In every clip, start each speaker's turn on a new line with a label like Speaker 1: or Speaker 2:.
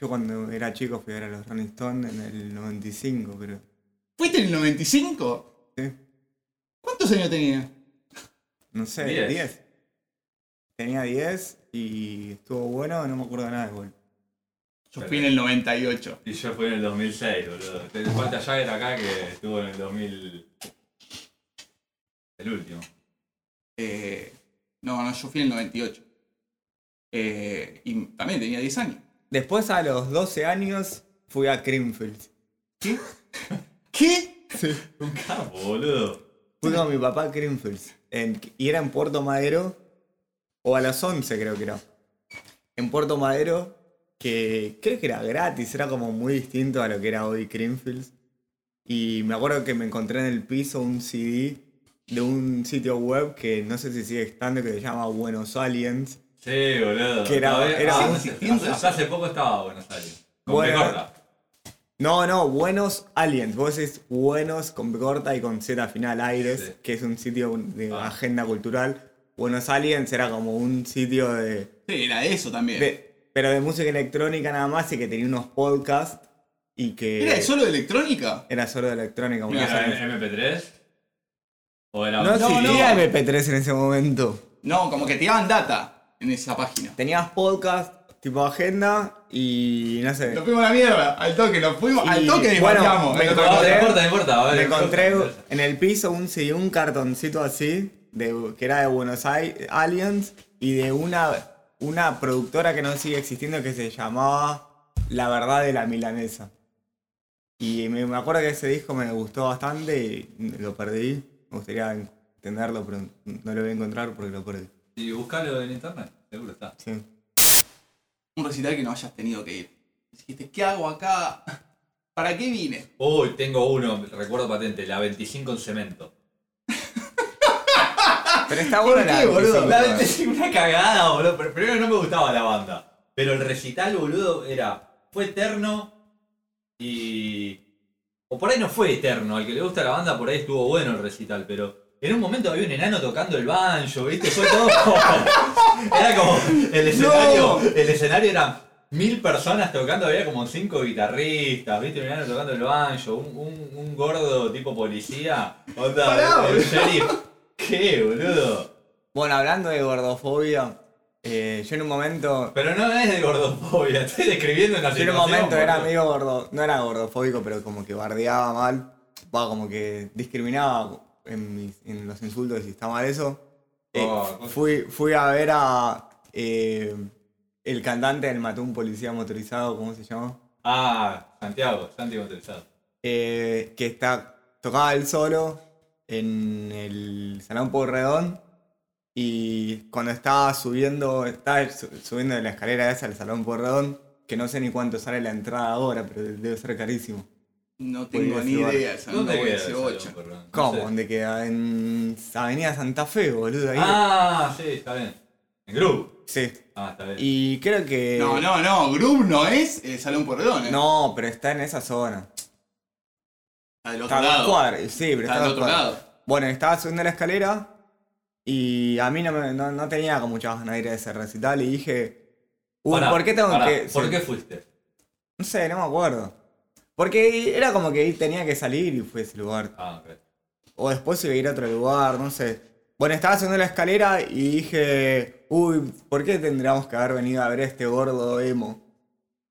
Speaker 1: Yo cuando era chico fui a ver a los Rolling Stones en el 95, creo.
Speaker 2: ¿Fuiste en el 95?
Speaker 1: Sí.
Speaker 2: ¿Cuántos años tenía?
Speaker 1: No sé,
Speaker 3: Diez.
Speaker 1: 10. Tenía 10 y estuvo bueno, no me acuerdo nada del gol.
Speaker 2: Yo fui en el 98.
Speaker 3: Y yo fui en el 2006, boludo. Te falta Jagger acá que estuvo en el 2000. El último.
Speaker 2: Eh, no, no, yo fui en el 98. Eh, y también tenía 10 años.
Speaker 1: Después a los 12 años fui a Creamfields.
Speaker 2: ¿Qué?
Speaker 3: Un capo, Ah, boludo.
Speaker 1: Fui con mi papá a Creamfields. en- y era en Puerto Madero, o a las 11 creo que era. En Puerto Madero, que creo que era gratis, era como muy distinto a lo que era hoy Creamfields. Y me acuerdo que me encontré en el piso un CD de un sitio web que no sé si sigue estando, que se llama Buenos Aliens.
Speaker 3: Sí, boludo.
Speaker 1: Que era-
Speaker 3: Todavía-
Speaker 1: era-
Speaker 3: ah,
Speaker 1: ¿Sigue
Speaker 3: hace-
Speaker 2: existiendo?
Speaker 3: hace, hace poco estaba Buenos Aires. Con
Speaker 1: Bueno.
Speaker 3: Pecorra.
Speaker 1: No, no, Buenos Aliens. Vos decís Buenos con B corta y con Z final Aires,
Speaker 3: Sí.
Speaker 1: que es un sitio de
Speaker 3: Ah.
Speaker 1: agenda cultural. Buenos Aliens era como un sitio de,
Speaker 2: Sí, era eso también.
Speaker 1: de- Pero de música electrónica nada más y que tenía unos podcasts y que.
Speaker 2: ¿Era de solo de electrónica?
Speaker 1: Era solo de electrónica.
Speaker 2: Mira, eh,
Speaker 1: Buenos
Speaker 3: ¿Era
Speaker 1: Aliens.
Speaker 3: M- MP3? ¿O era
Speaker 1: No
Speaker 3: un-
Speaker 2: no,
Speaker 1: existía
Speaker 2: no.
Speaker 1: MP3 en ese momento.
Speaker 2: No, como que tiraban data en esa página.
Speaker 1: Tenías podcast tipo agenda y no sé.
Speaker 2: Nos fuimos a la mierda, al toque, nos fuimos,
Speaker 1: Y,
Speaker 2: al toque
Speaker 1: bueno,
Speaker 2: desbarcamos.
Speaker 1: me
Speaker 2: Al toque.
Speaker 3: No, no
Speaker 1: encontré-
Speaker 3: importa, no importa. vale,
Speaker 1: Me
Speaker 3: no importa.
Speaker 1: encontré en el piso un, CD, un cartoncito así, de, que era de Buenos Aires, Aliens, y de una, una productora que no sigue existiendo que se llamaba La Verdad de la Milanesa. Y me, me acuerdo que ese disco me gustó bastante y lo perdí. Me gustaría tenerlo, pero no lo voy a encontrar porque lo perdí.
Speaker 3: Y buscalo en internet, seguro está.
Speaker 1: Sí.
Speaker 2: Un recital que no hayas tenido que ir. Dijiste, ¿qué hago acá? ¿Para qué vine?
Speaker 3: Uy, tengo uno, recuerdo patente, la 25 en cemento.
Speaker 1: Pero está bueno la
Speaker 2: qué, boludo?
Speaker 1: sí,
Speaker 3: La
Speaker 1: bueno.
Speaker 3: 25, una cagada, boludo. pero Primero no me gustaba la banda. Pero el recital, boludo, era. Fue eterno. Y. O por ahí no fue eterno. Al que le gusta la banda, por ahí estuvo bueno el recital. Pero en un momento había un enano tocando el banjo, ¿viste? Fue todo. era como. El escenario.
Speaker 2: No.
Speaker 3: El escenario era. Mil personas tocando, había como cinco guitarristas, viste, un enano tocando el banjo, un, un- un gordo tipo policía, onda,
Speaker 2: Pará,
Speaker 3: el sheriff. ¿Qué, boludo?
Speaker 1: Bueno, hablando de gordofobia, eh, yo en un momento
Speaker 3: Pero no es de gordofobia, estoy describiendo una
Speaker 1: Yo en
Speaker 3: situación.
Speaker 1: un momento era
Speaker 3: boludo.
Speaker 1: medio gordo, no era gordofóbico, pero como que bardeaba mal, va, como que discriminaba en, mis- en los insultos y está mal eso. Eh,
Speaker 3: Oh, cosa-
Speaker 1: fui, fui a ver a eh, el cantante del Mató un policía motorizado, ¿cómo se llamó?
Speaker 3: Ah, Santiago, Santi Motorizado.
Speaker 1: Eh, que está, tocaba él solo en el Salón Porredón. Y cuando estaba subiendo, estaba su- subiendo de la escalera esa al Salón Porredón, que no sé ni cuánto sale la entrada ahora, pero debe ser carísimo.
Speaker 2: No tengo
Speaker 1: Podría
Speaker 2: ni
Speaker 1: llevar.
Speaker 2: idea, esa
Speaker 3: ¿Dónde
Speaker 2: no
Speaker 3: queda
Speaker 2: voy a
Speaker 3: el
Speaker 2: hacer
Speaker 3: salón,
Speaker 2: ocho.
Speaker 3: perdón? No
Speaker 1: ¿Cómo?
Speaker 3: sé.
Speaker 1: ¿Dónde queda? En Avenida Santa Fe, boludo. Ahí.
Speaker 3: Ah, sí, está bien. En Gru.
Speaker 1: Sí.
Speaker 3: Ah, está bien.
Speaker 1: Y creo que.
Speaker 2: No, no, no, Grum no es el Salón Porredón, ¿eh?
Speaker 1: Eh, No, pero está en esa zona.
Speaker 2: Está del otro
Speaker 1: Está a dos
Speaker 2: lado.
Speaker 1: cuadras. Sí, pero
Speaker 2: Está
Speaker 1: está a
Speaker 2: del
Speaker 1: dos
Speaker 2: otro
Speaker 1: cuadras.
Speaker 2: lado.
Speaker 1: Bueno, estaba subiendo la escalera y a mí no, me- no, no tenía como muchas ganas de ir a ese recital y dije, uy,
Speaker 3: Pará,
Speaker 1: ¿por qué tengo
Speaker 3: pará,
Speaker 1: que...?
Speaker 3: ¿Por
Speaker 1: sí,
Speaker 3: qué fuiste?
Speaker 1: No sé, no me acuerdo. Porque era como que tenía que salir y fue a ese lugar.
Speaker 3: Ah, ok.
Speaker 1: O después iba a ir a otro lugar, no sé. Bueno, estaba subiendo la escalera y dije, uy, ¿por qué tendríamos que haber venido a ver a este gordo emo?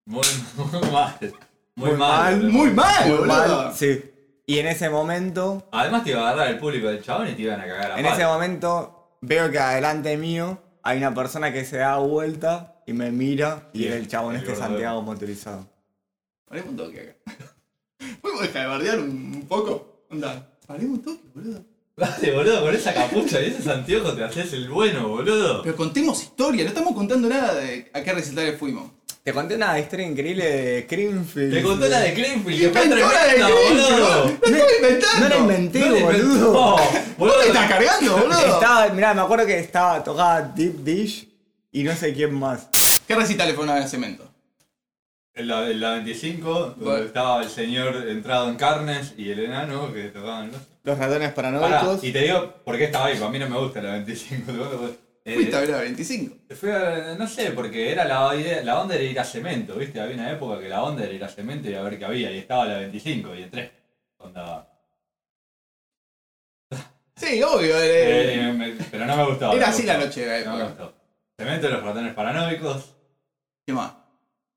Speaker 3: Muy, muy mal. Muy,
Speaker 1: Muy mal,
Speaker 3: mal. boludo.
Speaker 2: Muy mal,
Speaker 1: Muy
Speaker 2: boludo.
Speaker 1: mal, sí. Y en ese momento
Speaker 3: Además te iba a agarrar el público del chabón y te iban a cagar a
Speaker 1: En
Speaker 3: palo.
Speaker 1: ese momento veo que adelante mío hay una persona que se da vuelta y me mira y
Speaker 3: Sí,
Speaker 1: era el chabón
Speaker 3: el
Speaker 1: este
Speaker 3: gordo.
Speaker 1: Santiago motorizado.
Speaker 2: Paremos un toque acá. ¿Podemos dejar de bardear un poco? Onda, paremos un toque, boludo.
Speaker 3: Dale, boludo, con esa capucha y esos anteojos te haces el bueno, boludo.
Speaker 2: Pero contemos historia, no estamos contando nada de a qué recitales fuimos.
Speaker 1: Te conté una historia increíble de Greenfield.
Speaker 3: Te contó la de Greenfield, que fue
Speaker 2: ¡Inventora
Speaker 3: tremenda,
Speaker 2: Grinch,
Speaker 3: boludo.
Speaker 2: boludo! ¡La estoy inventando!
Speaker 1: No la inventé,
Speaker 3: No le
Speaker 1: boludo.
Speaker 3: inventó, boludo.
Speaker 2: ¿Te estás cargando, boludo?
Speaker 1: Estaba, mirá, me acuerdo que estaba, tocaba Deep Dish y no sé quién más.
Speaker 2: ¿Qué recitales fueron a ver a Cemento?
Speaker 3: En la, en la 25, donde
Speaker 2: Bueno.
Speaker 3: estaba el señor entrado en carnes y el enano que tocaban. ¿no?
Speaker 1: Los ratones
Speaker 3: Pará,
Speaker 1: paranoicos.
Speaker 3: y te digo, ¿por qué estaba ahí? Para mí no me gusta la 25. Eh,
Speaker 2: Fuiste a ver a 25.
Speaker 3: Fui a- no sé, porque era la idea, la onda era ir a cemento, ¿viste? Había una época que la onda era ir a cemento y a ver qué había, y estaba la 25 y entré. Onda,
Speaker 2: Sí, obvio. era-
Speaker 3: eh, me- pero no me gustaba.
Speaker 2: era
Speaker 3: no me
Speaker 2: así la
Speaker 3: gustaba,
Speaker 2: noche de la
Speaker 3: No me
Speaker 2: época.
Speaker 3: gustó. Cemento de los ratones paranoicos.
Speaker 2: ¿Qué más?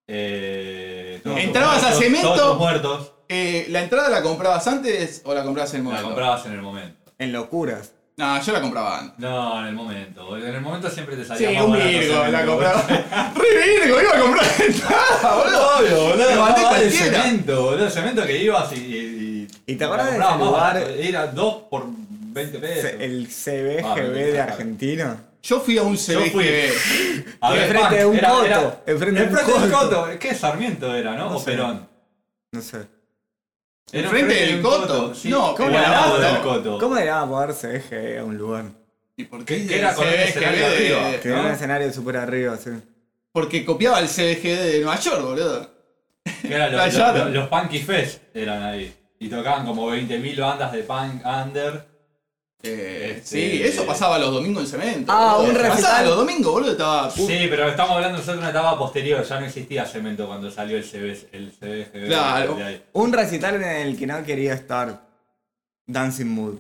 Speaker 3: Eh, todos
Speaker 2: Entrabas
Speaker 3: muertos,
Speaker 2: a Cemento.
Speaker 3: todos tus muertos.
Speaker 2: Eh, ¿La entrada la comprabas antes o la comprabas en el
Speaker 3: La
Speaker 2: momento?
Speaker 3: comprabas en el momento.
Speaker 1: En locuras.
Speaker 2: No, yo la compraba antes.
Speaker 3: No, en el momento. boludo. En el momento siempre te
Speaker 2: Sí,
Speaker 3: salía más
Speaker 2: un
Speaker 3: barato
Speaker 2: Virgo
Speaker 3: Cemento,
Speaker 2: la
Speaker 3: boludo.
Speaker 2: compraba. ¡Re Virgo! Iba a comprar la entrada, boludo.
Speaker 3: Obvio, boludo.
Speaker 2: Me mandé
Speaker 3: no, vale
Speaker 2: cualquiera.
Speaker 3: cemento, boludo. Cemento que ibas y. ¿Y,
Speaker 1: ¿Y te acordás de
Speaker 3: comprabas
Speaker 1: ese
Speaker 3: más
Speaker 1: lugar?
Speaker 3: barato, Era 2 por 20 pesos.
Speaker 1: Se- El
Speaker 3: Ah,
Speaker 1: CBGB
Speaker 3: me
Speaker 1: de
Speaker 3: encanta.
Speaker 1: Argentina.
Speaker 2: Yo fui a un CBGB.
Speaker 3: fui. A
Speaker 1: Y
Speaker 3: ver,
Speaker 1: enfrente
Speaker 3: Pan,
Speaker 1: de un
Speaker 3: era-
Speaker 1: coto,
Speaker 3: era-
Speaker 1: enfrente de un
Speaker 3: enfrente de un
Speaker 1: coto.
Speaker 3: coto. ¿Qué Sarmiento era, no?
Speaker 1: No
Speaker 3: o
Speaker 1: sé.
Speaker 3: Perón.
Speaker 1: No sé.
Speaker 3: Era
Speaker 2: ¿Enfrente
Speaker 3: enfrente
Speaker 2: del
Speaker 3: de un
Speaker 2: coto?
Speaker 3: sí.
Speaker 2: No,
Speaker 3: ¿cómo
Speaker 1: ¿cómo
Speaker 3: era
Speaker 1: era?
Speaker 3: al lado del
Speaker 2: No.
Speaker 3: coto?
Speaker 1: ¿Cómo le a poder CBGB a un lugar?
Speaker 2: ¿Y por
Speaker 3: ¿Qué-
Speaker 2: qué?
Speaker 3: qué era con el escenario arriba?
Speaker 1: Que
Speaker 3: ¿No?
Speaker 1: era un escenario súper arriba, sí.
Speaker 2: Porque copiaba el CBGB de Nueva York, boludo.
Speaker 3: Que eran los,
Speaker 2: Callaron.
Speaker 3: los, los Punky Fest eran ahí. Y tocaban como 20.000 bandas de punk under.
Speaker 2: Eh,
Speaker 3: Este-
Speaker 2: sí, eso pasaba los domingos en cemento.
Speaker 1: Ah,
Speaker 2: boludo.
Speaker 1: un recital.
Speaker 2: Pasaba los domingos, boludo, estaba. uh, pu-
Speaker 3: Sí, pero estamos hablando nosotros de una etapa posterior. Ya no existía cemento cuando salió el, CB, el CBGB.
Speaker 2: Claro.
Speaker 3: de ahí.
Speaker 1: Un recital en el que no quería estar. Dancing Mood.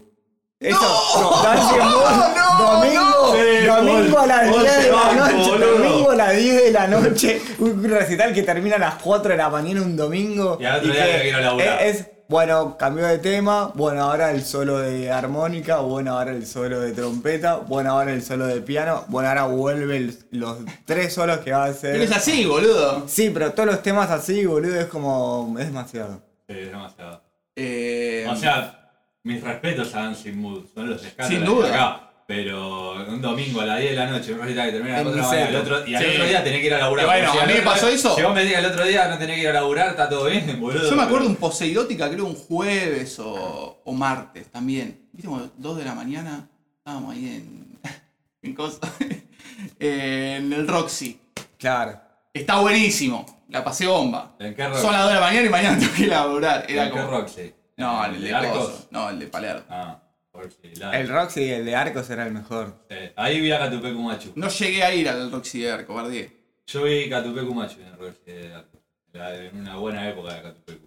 Speaker 1: Eso,
Speaker 2: ¡No!
Speaker 1: no, Dancing Mood.
Speaker 2: ¡No!
Speaker 1: domingo,
Speaker 3: Sí,
Speaker 1: domingo
Speaker 3: Paul,
Speaker 1: a las
Speaker 3: Paul
Speaker 1: 10
Speaker 3: se
Speaker 1: de la
Speaker 3: banco,
Speaker 1: noche.
Speaker 3: boludo.
Speaker 1: Domingo a las 10 de la noche. Un recital que termina a las 4 de la mañana un domingo.
Speaker 3: Y al otro día que quiero laburar.
Speaker 1: Es, es, bueno, cambió de tema. Bueno, ahora el solo de armónica. Bueno, ahora el solo de trompeta. Bueno, ahora el solo de piano. Bueno, ahora vuelve el- los tres solos que va a hacer.
Speaker 2: Pero es así, boludo.
Speaker 1: Sí, pero todos los temas así, boludo, es como. es demasiado.
Speaker 3: Sí, es demasiado.
Speaker 2: Eh,
Speaker 3: O sea, mis respetos a Dancing Mood, son los
Speaker 2: Sin
Speaker 3: escándalos
Speaker 2: duda.
Speaker 3: de acá. Pero un domingo a las 10 de la noche, un recital que termina a las
Speaker 1: En
Speaker 3: 4 de la mañana, el
Speaker 1: cero.
Speaker 3: otro, y al
Speaker 2: Sí.
Speaker 3: otro día tenés que ir a laburar.
Speaker 2: Y bueno,
Speaker 3: Porque si
Speaker 2: a
Speaker 3: al
Speaker 2: mí me
Speaker 3: otro
Speaker 2: pasó
Speaker 3: día-
Speaker 2: eso.
Speaker 3: Si vos me digas el otro día no tenés que ir a laburar, está todo bien, boludo.
Speaker 2: yo me acuerdo
Speaker 3: pero-
Speaker 2: un Poseidótica, creo un jueves o, o martes también. Viste como 2 de la mañana, estábamos ahí en. en cosa. en el Roxy.
Speaker 1: Claro.
Speaker 2: Está buenísimo, la pasé bomba.
Speaker 3: ¿En qué rock?
Speaker 2: Son las 2 de la mañana y mañana tengo que laburar. Era
Speaker 3: ¿En qué
Speaker 2: como-
Speaker 3: Roxy?
Speaker 2: No,
Speaker 3: ¿En
Speaker 2: el de
Speaker 3: Arcos?
Speaker 2: Coso, No, el de Palermo.
Speaker 3: Ah, Roxy, la-
Speaker 1: El Roxy y el de Arcos era el mejor.
Speaker 3: eh, Ahí vi a Catupecu Machu.
Speaker 2: No llegué a ir al Roxy de Arco, perdí.
Speaker 3: Yo vi Catupecu Machu en el Roxy de Arcos. La- En una buena época de Catupecu.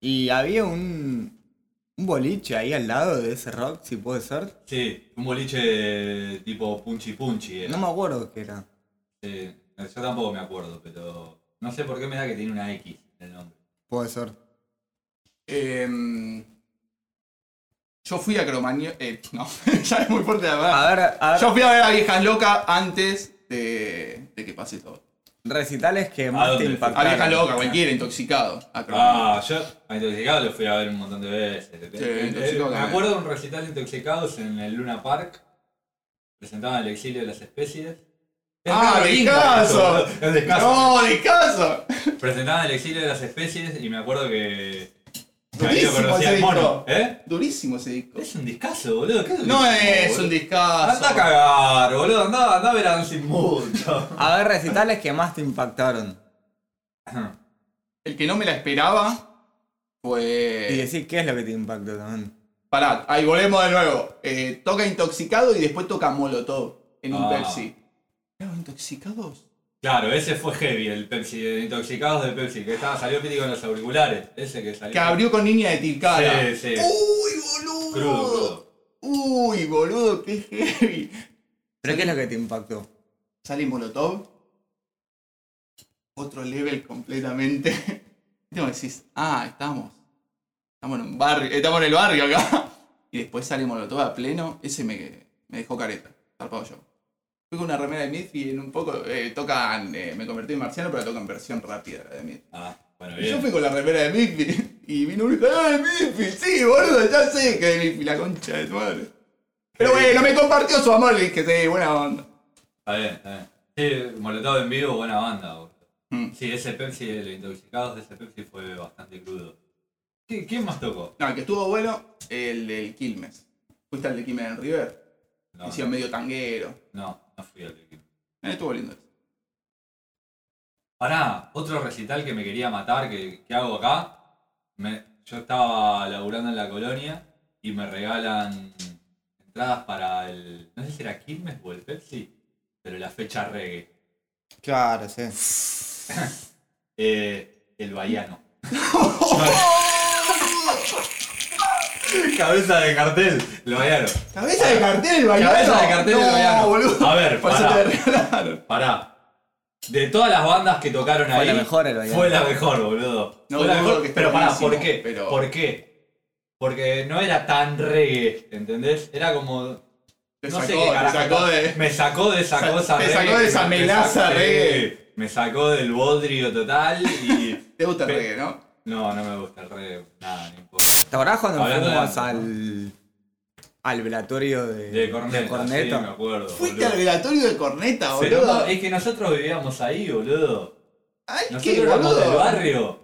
Speaker 1: Y había un. un boliche ahí al lado de ese Roxy, puede ser.
Speaker 3: Sí, un boliche tipo punchi punchi. era.
Speaker 1: No me acuerdo qué era.
Speaker 3: Sí, yo tampoco me acuerdo, pero no sé por qué me da que tiene una X en el nombre.
Speaker 1: Puede ser.
Speaker 2: Em, yo fui a Cromañón. no, ya es muy fuerte la
Speaker 3: Ah.
Speaker 2: verdad.
Speaker 1: A ver, a ver.
Speaker 2: Yo fui a ver a Viejas Locas antes de, de que pase todo.
Speaker 1: Recitales que más
Speaker 3: dónde
Speaker 1: te
Speaker 3: fue?
Speaker 2: A
Speaker 1: impactaron.
Speaker 2: Viejas Locas, cualquiera, intoxicado. A Cromañón.
Speaker 3: Ah, yo a Intoxicado lo fui a ver un montón de veces. Eh,
Speaker 2: Intoxicado
Speaker 3: me
Speaker 2: también.
Speaker 3: acuerdo de un recital de Intoxicados en el Luna Park. Presentaban el exilio de las especies. Es
Speaker 2: Ah,
Speaker 3: raro,
Speaker 2: de
Speaker 3: Inca, esto,
Speaker 2: caso.
Speaker 3: boludo, es de caso.
Speaker 2: ¡No, de caso!
Speaker 3: Presentaban el exilio de las especies y me acuerdo que. que ahí lo
Speaker 2: Durísimo
Speaker 3: conocía
Speaker 2: ese
Speaker 3: el mono.
Speaker 2: disco.
Speaker 3: ¿Eh?
Speaker 2: Durísimo ese disco.
Speaker 3: Es un discazo, boludo. ¿Qué
Speaker 2: No
Speaker 3: durísimo,
Speaker 2: es
Speaker 3: boludo?
Speaker 2: un
Speaker 3: Anda a
Speaker 2: discazo.
Speaker 3: cagar, boludo. Anda, anda a ver a Dancing Mood. chao.
Speaker 1: A ver, recitales que más te impactaron.
Speaker 2: El que no me la esperaba
Speaker 1: Y
Speaker 2: fue.
Speaker 1: decir qué es lo que te impactó también.
Speaker 2: Pará, ahí volvemos de nuevo. Eh, toca intoxicado y después toca molotov en un
Speaker 3: Ah.
Speaker 2: Pepsi. Claro, intoxicados.
Speaker 3: Claro, ese fue heavy, el Pepsi, de Intoxicados de Pepsi, que estaba, salió Piti con los auriculares, ese que salió.
Speaker 2: Que abrió con niña de Tilcara.
Speaker 3: Sí, sí.
Speaker 2: Uy, boludo.
Speaker 3: Crudo, crudo.
Speaker 2: Uy, boludo, qué heavy.
Speaker 1: ¿Pero qué es lo que te impactó?
Speaker 2: Sale Molotov. Otro level completamente. Tengo que decís, ah, estamos. Estamos en un barrio. Estamos en el barrio acá. Y después sale Molotov a pleno. Ese me, me dejó careta. Zarpado yo. Fui con una remera de Myth y en un poco eh, tocan. eh, me convertí en marciano, pero tocan versión rápida de Myth.
Speaker 3: Ah, bueno,
Speaker 2: Y yo
Speaker 3: bien.
Speaker 2: fui con la remera de Miffy y vino un ¡Ah, de Miffy! ¡Sí, boludo! Ya sé que de Miffy, la concha de tu madre. Pero bueno, me compartió su amor, le dije, sí, buena onda.
Speaker 3: Está bien, está bien. Sí, Molotov en vivo, buena banda, boludo.
Speaker 2: Mm.
Speaker 3: Sí, ese Pepsi, el Intoxicados de ese Pepsi fue bastante crudo. ¿Qui- ¿Quién más tocó?
Speaker 2: No, el que estuvo bueno, el del Quilmes. Fuiste al de Quilmes en River,
Speaker 3: No,
Speaker 2: hicieron medio tanguero.
Speaker 3: no, no fui al equipo.
Speaker 2: Eh, estuvo lindo.
Speaker 3: Pará, otro recital que me quería matar, que, que hago acá. Me- yo estaba laburando en la colonia y me regalan entradas para el. No sé si era Quilmes o el Pepsi, pero la fecha reggae.
Speaker 1: Claro, sí.
Speaker 3: Eh, el Bahiano. Cabeza de cartel, el Bahiano.
Speaker 2: Cabeza de cartel el
Speaker 3: Cabeza
Speaker 2: bailado.
Speaker 3: de cartel, el
Speaker 2: no,
Speaker 3: bailado.
Speaker 2: boludo.
Speaker 3: A ver,
Speaker 2: Por eso te
Speaker 3: pará,
Speaker 2: regalaron.
Speaker 3: pará. De todas las bandas que tocaron
Speaker 1: Fue
Speaker 3: ahí.
Speaker 1: la mejor el Bahiano.
Speaker 3: Fue la mejor, boludo.
Speaker 2: No
Speaker 3: Fue la
Speaker 2: dudo
Speaker 3: mejor,
Speaker 2: que esté
Speaker 3: pero pará,
Speaker 2: buenísimo,
Speaker 3: ¿por qué?
Speaker 2: pero-
Speaker 3: ¿Por qué? Porque no era tan reggae, ¿entendés? Era como.
Speaker 2: Te
Speaker 3: no
Speaker 2: sacó,
Speaker 3: sé qué
Speaker 2: te
Speaker 3: carajo
Speaker 2: sacó
Speaker 3: era.
Speaker 2: de.
Speaker 3: Me sacó de esa
Speaker 2: Sa-
Speaker 3: cosa
Speaker 2: te
Speaker 3: reggae.
Speaker 2: sacó de esa
Speaker 3: me- me
Speaker 2: melaza
Speaker 3: sacó-
Speaker 2: reggae.
Speaker 3: Me sacó del bodrio total y.
Speaker 2: Te gusta el
Speaker 3: Pe-
Speaker 2: reggae, ¿no?
Speaker 3: No, no me gusta el reggae, nada, ni un poco.
Speaker 1: ¿Te acordás cuando
Speaker 3: Hablando de
Speaker 1: fuimos
Speaker 3: ambos,
Speaker 1: al. al velatorio de,
Speaker 3: De corneta,
Speaker 1: de
Speaker 3: sí, me acuerdo.
Speaker 2: Fuiste
Speaker 3: boludo.
Speaker 2: al velatorio de corneta,
Speaker 3: Se
Speaker 2: boludo.
Speaker 3: nota- Es que nosotros vivíamos ahí, boludo.
Speaker 2: Ay,
Speaker 3: Nosotros
Speaker 2: qué
Speaker 3: éramos del
Speaker 2: boludo.
Speaker 3: barrio.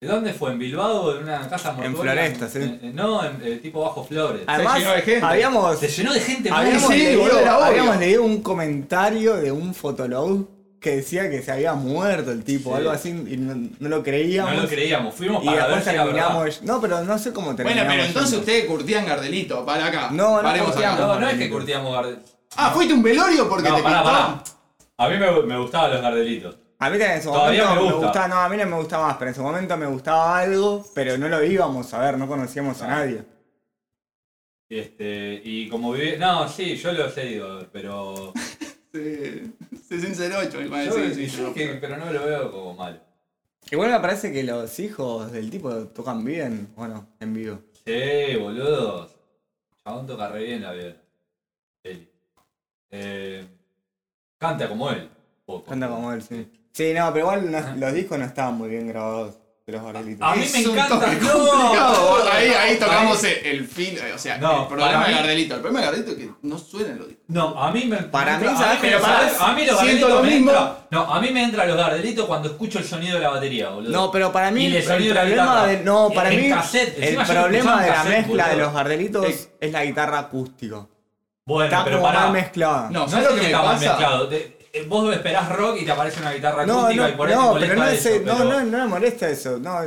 Speaker 3: ¿De dónde fue? ¿En Bilbao? ¿En una casa mortuoria?
Speaker 1: Floresta, sí.
Speaker 3: En- en- no, en, eh, tipo Bajo Flores.
Speaker 1: Además,
Speaker 2: llenó de gente.
Speaker 1: habíamos.
Speaker 3: Se llenó de gente.
Speaker 1: Habíamos,
Speaker 2: sí,
Speaker 1: leído,
Speaker 2: boludo, era obvio.
Speaker 1: habíamos leído un comentario de un fotolog que decía que se había muerto el tipo,
Speaker 3: Sí.
Speaker 1: algo así, y no, no lo
Speaker 3: no
Speaker 1: creíamos.
Speaker 3: lo creíamos. Fuimos
Speaker 1: y
Speaker 3: para ver
Speaker 1: después
Speaker 3: si era verdad.
Speaker 1: terminamos. No, pero no sé cómo terminamos.
Speaker 2: Bueno, pero entonces
Speaker 1: yendo.
Speaker 2: ustedes curtían Gardelito, para acá.
Speaker 1: No, no
Speaker 2: Paremos
Speaker 1: curtíamos.
Speaker 2: acá.
Speaker 3: No, no es que curtíamos Gardel.
Speaker 2: Ah, fuiste un velorio porque
Speaker 3: No,
Speaker 2: te
Speaker 3: pará,
Speaker 2: pintó.
Speaker 3: pará. A mí me, me gustaban los Gardelitos.
Speaker 1: A mí en su
Speaker 3: Todavía
Speaker 1: momento
Speaker 3: me
Speaker 1: me,
Speaker 3: gusta.
Speaker 1: gustaba, no, a mí no me gustaba más, pero en su momento me gustaba algo, pero no lo íbamos a ver, no conocíamos a
Speaker 3: Ah.
Speaker 1: nadie.
Speaker 3: Este, y como viví... No, sí, yo los he ido a ver, pero...
Speaker 2: Sí, Se sinceró, yo iba a
Speaker 3: yo-
Speaker 2: decir. sí,
Speaker 3: y
Speaker 2: sí,
Speaker 3: yo
Speaker 2: no,
Speaker 3: que-
Speaker 2: pero-
Speaker 3: pero no lo veo como malo.
Speaker 1: Igual me parece que los hijos del tipo tocan bien, bueno, en vivo.
Speaker 3: Sí, boludo. Chabón toca re bien la viola. Él. Eh, canta como él. poco.
Speaker 1: Canta como él, sí. Sí, no, pero igual
Speaker 3: Ah.
Speaker 1: no- los discos no estaban muy bien grabados de los Gardelitos.
Speaker 3: A mí
Speaker 2: Es
Speaker 3: me
Speaker 2: un
Speaker 3: encanta.
Speaker 2: toque
Speaker 3: No,
Speaker 2: complicado,
Speaker 3: boludo,
Speaker 2: boludo. ahí,
Speaker 3: no,
Speaker 2: ahí tocamos
Speaker 3: ahí-
Speaker 2: el- el fin, eh, o sea,
Speaker 3: No,
Speaker 2: el problema
Speaker 3: para
Speaker 2: de
Speaker 3: mí-
Speaker 2: Gardelito. El problema de Gardelito es que no suenan los discos.
Speaker 3: No, a mí me.
Speaker 1: Para
Speaker 3: me
Speaker 1: mí,
Speaker 3: entra-
Speaker 1: ¿sabes?
Speaker 3: a mí, me-
Speaker 2: Pero para-
Speaker 3: ¿sabes? a mí los
Speaker 2: siento
Speaker 3: gardelitos
Speaker 2: lo
Speaker 3: me
Speaker 2: mismo.
Speaker 3: entra- No, a mí me entran los gardelitos cuando escucho el sonido de la batería, boludo.
Speaker 1: No, pero para mí
Speaker 3: Y le
Speaker 1: el
Speaker 3: salió la
Speaker 1: problema
Speaker 3: guitarra.
Speaker 1: de, no, para
Speaker 3: En
Speaker 1: mí
Speaker 3: cassette,
Speaker 1: el
Speaker 3: encima yo lo
Speaker 1: problema
Speaker 3: escuchaba
Speaker 1: de
Speaker 3: en
Speaker 1: la
Speaker 3: cassette,
Speaker 1: mezcla de
Speaker 3: boludo.
Speaker 1: los gardelitos
Speaker 2: Eh.
Speaker 1: es la guitarra acústica.
Speaker 3: Bueno,
Speaker 1: Está
Speaker 3: pero
Speaker 1: como
Speaker 3: pará.
Speaker 1: mal mezclada.
Speaker 2: No,
Speaker 3: No,
Speaker 2: ¿sabes
Speaker 3: es
Speaker 2: lo que me
Speaker 3: está mal
Speaker 2: pasa?
Speaker 3: mezclado. Te- eh, vos esperás rock y te aparece una guitarra
Speaker 1: No,
Speaker 3: acústica
Speaker 1: no,
Speaker 3: y por ahí te
Speaker 1: no,
Speaker 3: molesta
Speaker 1: pero no, es-
Speaker 3: eso,
Speaker 1: no,
Speaker 3: pero-
Speaker 1: no, no me molesta eso. No,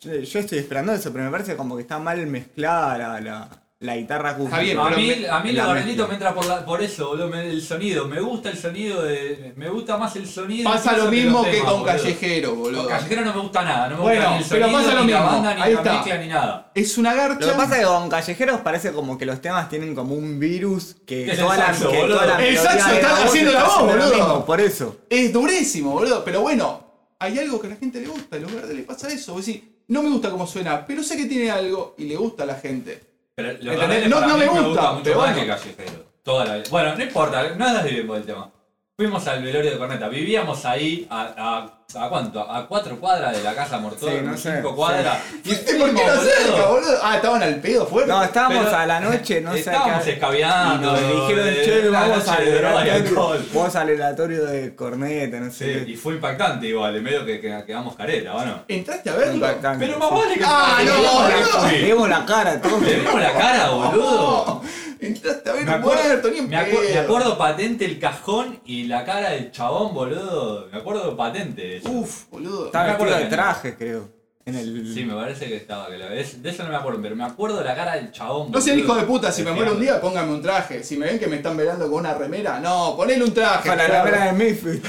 Speaker 1: yo, yo estoy esperando eso, pero me parece como que está mal mezclada la, la- la guitarra acústica.
Speaker 2: Está bien,
Speaker 3: A
Speaker 2: pero
Speaker 3: mí,
Speaker 2: me-
Speaker 3: a mí
Speaker 1: la
Speaker 3: los
Speaker 1: mezcla.
Speaker 3: gardelitos me entra por, la- por eso, boludo, me- el sonido. Me gusta el sonido de. Me gusta más el sonido.
Speaker 2: Pasa lo
Speaker 3: incluso
Speaker 2: mismo
Speaker 3: los
Speaker 2: que
Speaker 3: temas,
Speaker 2: con
Speaker 3: boludo.
Speaker 2: Callejero,
Speaker 3: Con
Speaker 2: boludo.
Speaker 3: Callejero no me gusta nada, no me
Speaker 2: Bueno,
Speaker 3: gusta ni el
Speaker 2: pero
Speaker 3: sonido,
Speaker 2: pasa lo
Speaker 3: ni la
Speaker 2: mismo,
Speaker 3: banda, ni
Speaker 2: ahí
Speaker 3: la
Speaker 2: está.
Speaker 3: mezcla, ni nada.
Speaker 2: Es una
Speaker 1: Lo que
Speaker 2: garcha.
Speaker 1: pasa es que con Callejeros parece como que los temas tienen como un virus que
Speaker 3: Es el
Speaker 1: toda la-
Speaker 3: saxo,
Speaker 1: que
Speaker 3: boludo.
Speaker 1: toda la
Speaker 2: El
Speaker 1: melodía
Speaker 2: saxo
Speaker 1: de
Speaker 2: está
Speaker 1: la voz
Speaker 2: haciendo la voz,
Speaker 1: haciendo lo
Speaker 2: boludo.
Speaker 1: mismo, por eso.
Speaker 2: Es durísimo, boludo. Pero bueno, hay algo que a la gente le gusta. A los verdes le pasa eso. Vos decís, no me gusta cómo suena, pero sé que tiene algo y le gusta a la gente.
Speaker 3: Pero los
Speaker 2: ¿Entendés?
Speaker 3: Gardel
Speaker 2: No-
Speaker 3: para
Speaker 2: no
Speaker 3: mí
Speaker 2: me gusta,
Speaker 3: mucho
Speaker 2: pero
Speaker 3: más
Speaker 2: bueno.
Speaker 3: que Callejero. Toda la vida. Bueno, no importa, no andas bien por el tema. Fuimos al velorio de Corneta, vivíamos ahí a, a, a cuánto, a cuatro cuadras de la casa mortuoria,
Speaker 1: Sí, no sé,
Speaker 3: cinco
Speaker 1: sí.
Speaker 3: cuadras.
Speaker 2: ¿Y este por qué no
Speaker 3: Boludo.
Speaker 2: cerca, boludo? Ah, estaban al pedo fuerte.
Speaker 1: No, estábamos
Speaker 3: Pero-
Speaker 1: a la noche, no sé
Speaker 3: Estábamos
Speaker 1: qué-
Speaker 3: escabeando.
Speaker 1: Y nos dijeron,
Speaker 3: de-
Speaker 1: che,
Speaker 3: una
Speaker 1: vamos
Speaker 3: noche
Speaker 1: al
Speaker 3: de droga y
Speaker 1: aleatorio.
Speaker 3: alcohol".
Speaker 1: Vamos al aleatorio de corneta, no sé.
Speaker 3: Sí,
Speaker 1: qué.
Speaker 3: y fue impactante igual, en medio que, que quedamos careta, ¿o no?
Speaker 2: ¿Entraste a verlo?
Speaker 1: Impactante,
Speaker 3: Pero
Speaker 1: sí.
Speaker 3: más vale que...
Speaker 2: Ah,
Speaker 3: le
Speaker 2: no,
Speaker 3: vimos la-
Speaker 2: boludo.
Speaker 1: Le vimos la cara, todo.
Speaker 3: Le vimos la cara, boludo.
Speaker 2: No, entraste a ver
Speaker 3: Me
Speaker 2: un muerto, ni
Speaker 3: acuerdo,
Speaker 2: en
Speaker 3: me, acu- me
Speaker 2: pedo.
Speaker 3: acuerdo patente el cajón y la cara del chabón, boludo. Me acuerdo patente de eso.
Speaker 2: Uf, boludo.
Speaker 1: Estaba
Speaker 3: Me acuerdo
Speaker 1: vestido de
Speaker 3: que-
Speaker 1: traje, creo. En el...
Speaker 3: Sí, me parece que estaba. Que la- es- de eso no me acuerdo, pero me acuerdo la cara del chabón.
Speaker 2: No sean
Speaker 3: boludo.
Speaker 2: hijos de puta, si me muero un día,
Speaker 3: Deseando.
Speaker 2: póngame un traje. Si me ven que me están velando con una remera, no, ponele un traje.
Speaker 1: Con la
Speaker 2: claro.
Speaker 1: remera de Misfit.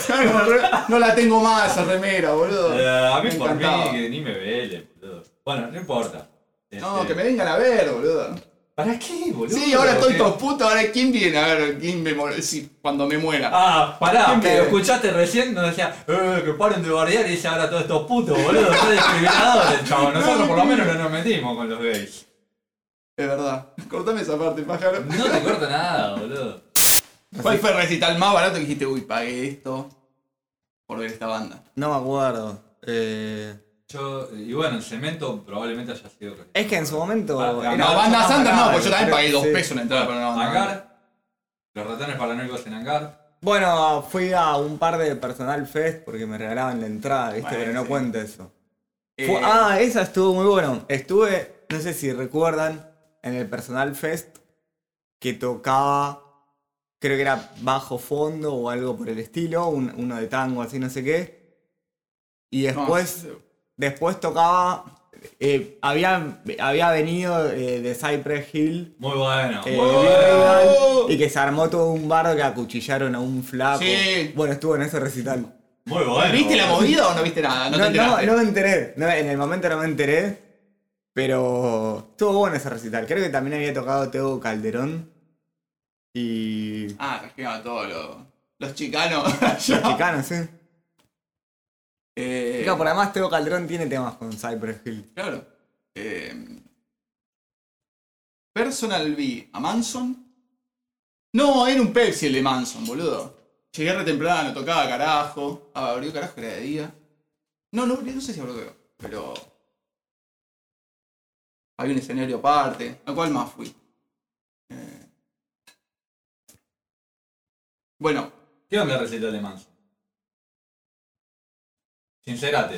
Speaker 2: No la tengo más esa remera, boludo.
Speaker 3: Eh, a mí
Speaker 2: Me
Speaker 3: por mí
Speaker 2: encantaba.
Speaker 3: que ni me vele, boludo. Bueno, no importa.
Speaker 2: No,
Speaker 3: Este,
Speaker 2: que me vengan a ver, boludo.
Speaker 3: ¿Para qué, boludo?
Speaker 2: Sí, ahora estoy
Speaker 3: ¿Qué?
Speaker 2: todo puto, ahora quién viene a ver quién me muere, sí, cuando me muera.
Speaker 3: Ah, pará,
Speaker 2: ¿Quién
Speaker 3: que
Speaker 2: viene?
Speaker 3: lo escuchaste recién, nos decía, eh, que paren de bardear y dice ahora todos estos putos, boludo, son discriminadores, chabón. Nosotros por lo menos no nos metimos con los gays.
Speaker 2: Es verdad. Cortame esa parte, pájaro.
Speaker 3: No te corto nada, boludo.
Speaker 2: ¿Cuál fue el recital más barato que dijiste, uy, pagué esto por ver esta banda?
Speaker 1: No me acuerdo. Eh,
Speaker 3: Yo, y bueno, el cemento probablemente haya sido.
Speaker 1: Es que en su momento.
Speaker 3: Ah,
Speaker 1: era
Speaker 2: No,
Speaker 1: mucho
Speaker 2: banda
Speaker 1: más
Speaker 2: Santa no,
Speaker 1: barato,
Speaker 2: porque yo también
Speaker 1: creo,
Speaker 2: pagué dos
Speaker 1: sí.
Speaker 2: pesos una entrada para una banda.
Speaker 3: Hangar, los ratones paranoicos en hangar.
Speaker 1: Bueno, fui a un par de personal fest porque me regalaban la entrada, ¿viste?
Speaker 2: Bueno,
Speaker 1: Pero no
Speaker 2: sí.
Speaker 1: cuenta eso.
Speaker 2: Eh,
Speaker 1: Fue- ah, esa estuvo muy bueno. Estuve, no sé si recuerdan, en el Personal Fest que tocaba, creo que era bajo fondo o algo por el estilo, un- uno de tango, así no sé qué. Y
Speaker 2: no,
Speaker 1: después, después tocaba eh, había, había venido eh, de Cypress Hill.
Speaker 3: Muy bueno.
Speaker 1: eh,
Speaker 3: muy
Speaker 2: ¡Oh!
Speaker 1: Bill
Speaker 3: bueno.
Speaker 1: Regal, Y que se armó todo un bardo que acuchillaron a un flaco.
Speaker 2: Sí.
Speaker 1: Bueno, estuvo en ese recital.
Speaker 3: Muy bueno.
Speaker 2: ¿Viste la movida o no viste nada? No,
Speaker 1: Ah, No,
Speaker 2: te
Speaker 1: no,
Speaker 2: enteraste.
Speaker 1: no me enteré. No, en el momento no me enteré. Pero estuvo bueno ese recital. Creo que también había tocado Teo Calderón. Y.
Speaker 2: Ah, trajeron a todos los, los chicanos.
Speaker 1: Los chicanos, sí.
Speaker 2: Eh,
Speaker 1: Claro, por además Teo Calderón tiene temas con Cypress Hill.
Speaker 2: Claro. Eh, Personal B a Manson. No, era un Pepsi el de Manson, boludo. Llegué re temprano, tocaba carajo. Ah, abrió carajo, era de día. No, no, no sé si abrió carajo, pero. Había un escenario aparte. ¿A cuál más fui? Eh, Bueno,
Speaker 3: ¿Qué onda el recital de Manson? Sincerate.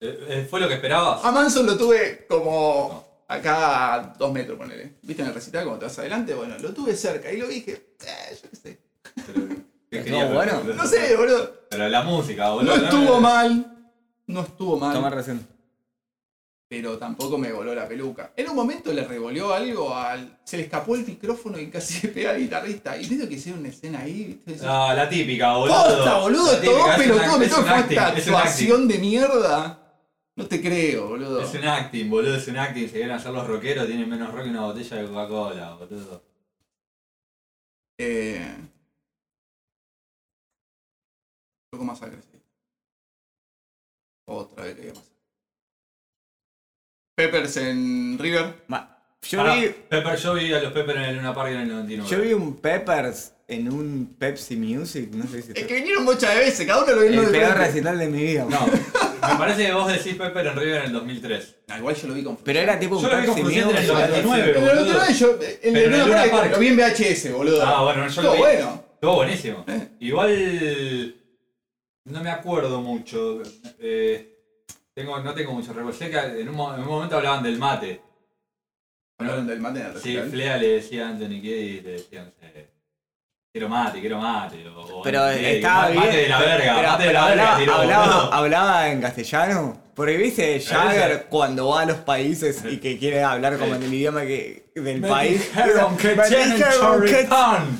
Speaker 3: Eh, eh, ¿Fue lo que esperabas?
Speaker 2: A Manson lo tuve como acá a dos metros, ponele. ¿Viste en el recital cuando te vas adelante? Bueno, lo tuve cerca y lo vi y dije, eh, yo qué sé.
Speaker 3: Pero- ¿qué
Speaker 1: No,
Speaker 3: querías?
Speaker 1: bueno.
Speaker 3: Pero-
Speaker 2: No sé, boludo.
Speaker 3: Pero la música,
Speaker 2: No
Speaker 3: boludo.
Speaker 2: estuvo mal. No estuvo mal.
Speaker 1: Tomás recién.
Speaker 2: Pero tampoco me voló la peluca. En un momento le revolvió algo al. Se le escapó el micrófono y casi le pega al guitarrista. Y medio que hicieron una escena ahí, ¿viste? Eso-
Speaker 3: Ah, la típica, boludo.
Speaker 2: ¡Posta, boludo!
Speaker 3: La típica,
Speaker 2: Todo
Speaker 3: es un
Speaker 2: pelotudo,
Speaker 3: act-
Speaker 2: me
Speaker 3: es
Speaker 2: todo
Speaker 3: un
Speaker 2: fue
Speaker 3: acting,
Speaker 2: esta
Speaker 3: es un acting.
Speaker 2: actuación de mierda. No te creo, boludo.
Speaker 3: Es un acting, boludo, es un acting. Se vienen a hacer los rockeros, tienen menos rock que una botella de Coca-Cola, boludo.
Speaker 2: Eh... Poco más agresivo. Otra vez que más. Peppers en River.
Speaker 1: Ma- Yo
Speaker 3: Pará,
Speaker 1: vi.
Speaker 3: Pepper, yo vi a los Pepper en el Luna Park en el 99.
Speaker 1: Yo vi un Peppers en un Pepsi Music, no sé si
Speaker 2: Es
Speaker 1: está-
Speaker 2: que vinieron muchas veces, cada uno lo vino
Speaker 1: El
Speaker 2: de
Speaker 1: peor
Speaker 2: frente.
Speaker 1: recital de mi vida.
Speaker 3: No, me parece que vos decís Pepper en River en el 2003.
Speaker 2: Ah, Igual yo lo vi con
Speaker 1: Pero era tipo un
Speaker 3: Yo lo vi
Speaker 1: Pepsi
Speaker 3: confundiendo en el
Speaker 1: Music.
Speaker 3: 99,
Speaker 2: Pero el otro
Speaker 3: boludo.
Speaker 2: día yo. El
Speaker 3: Pero
Speaker 2: de
Speaker 3: en el
Speaker 2: Luna
Speaker 3: Luna
Speaker 2: Park
Speaker 3: Park.
Speaker 2: lo vi en VHS, boludo.
Speaker 3: Ah, bueno, yo lo
Speaker 2: Estuvo
Speaker 3: vi.
Speaker 2: bueno.
Speaker 3: Estuvo buenísimo.
Speaker 2: Eh.
Speaker 3: Igual. No me acuerdo mucho. eh, tengo, no tengo mucho recuerdo. Sé que en un, mo- en un momento hablaban del mate.
Speaker 2: Hablaron del mate en el
Speaker 3: Sí,
Speaker 2: recital.
Speaker 3: Flea le decía a Anthony Kiedis, le decían, eh, quiero mate, quiero mate. O, o
Speaker 1: Pero
Speaker 3: Anthony Kiedis,
Speaker 1: estaba
Speaker 3: "Ma-
Speaker 1: bien.
Speaker 3: Mate de la verga,
Speaker 1: pero-
Speaker 3: mate de
Speaker 1: pero
Speaker 3: la verga.
Speaker 1: hablaba,
Speaker 3: tiró,
Speaker 1: hablaba,
Speaker 3: boludo.
Speaker 1: hablaba en castellano. Porque viste Jagger cuando va a los países y que quiere hablar como en el idioma que, del
Speaker 3: Me
Speaker 1: país.
Speaker 3: dijeron que
Speaker 1: Me
Speaker 3: tienen
Speaker 1: dijeron que-
Speaker 3: choripán.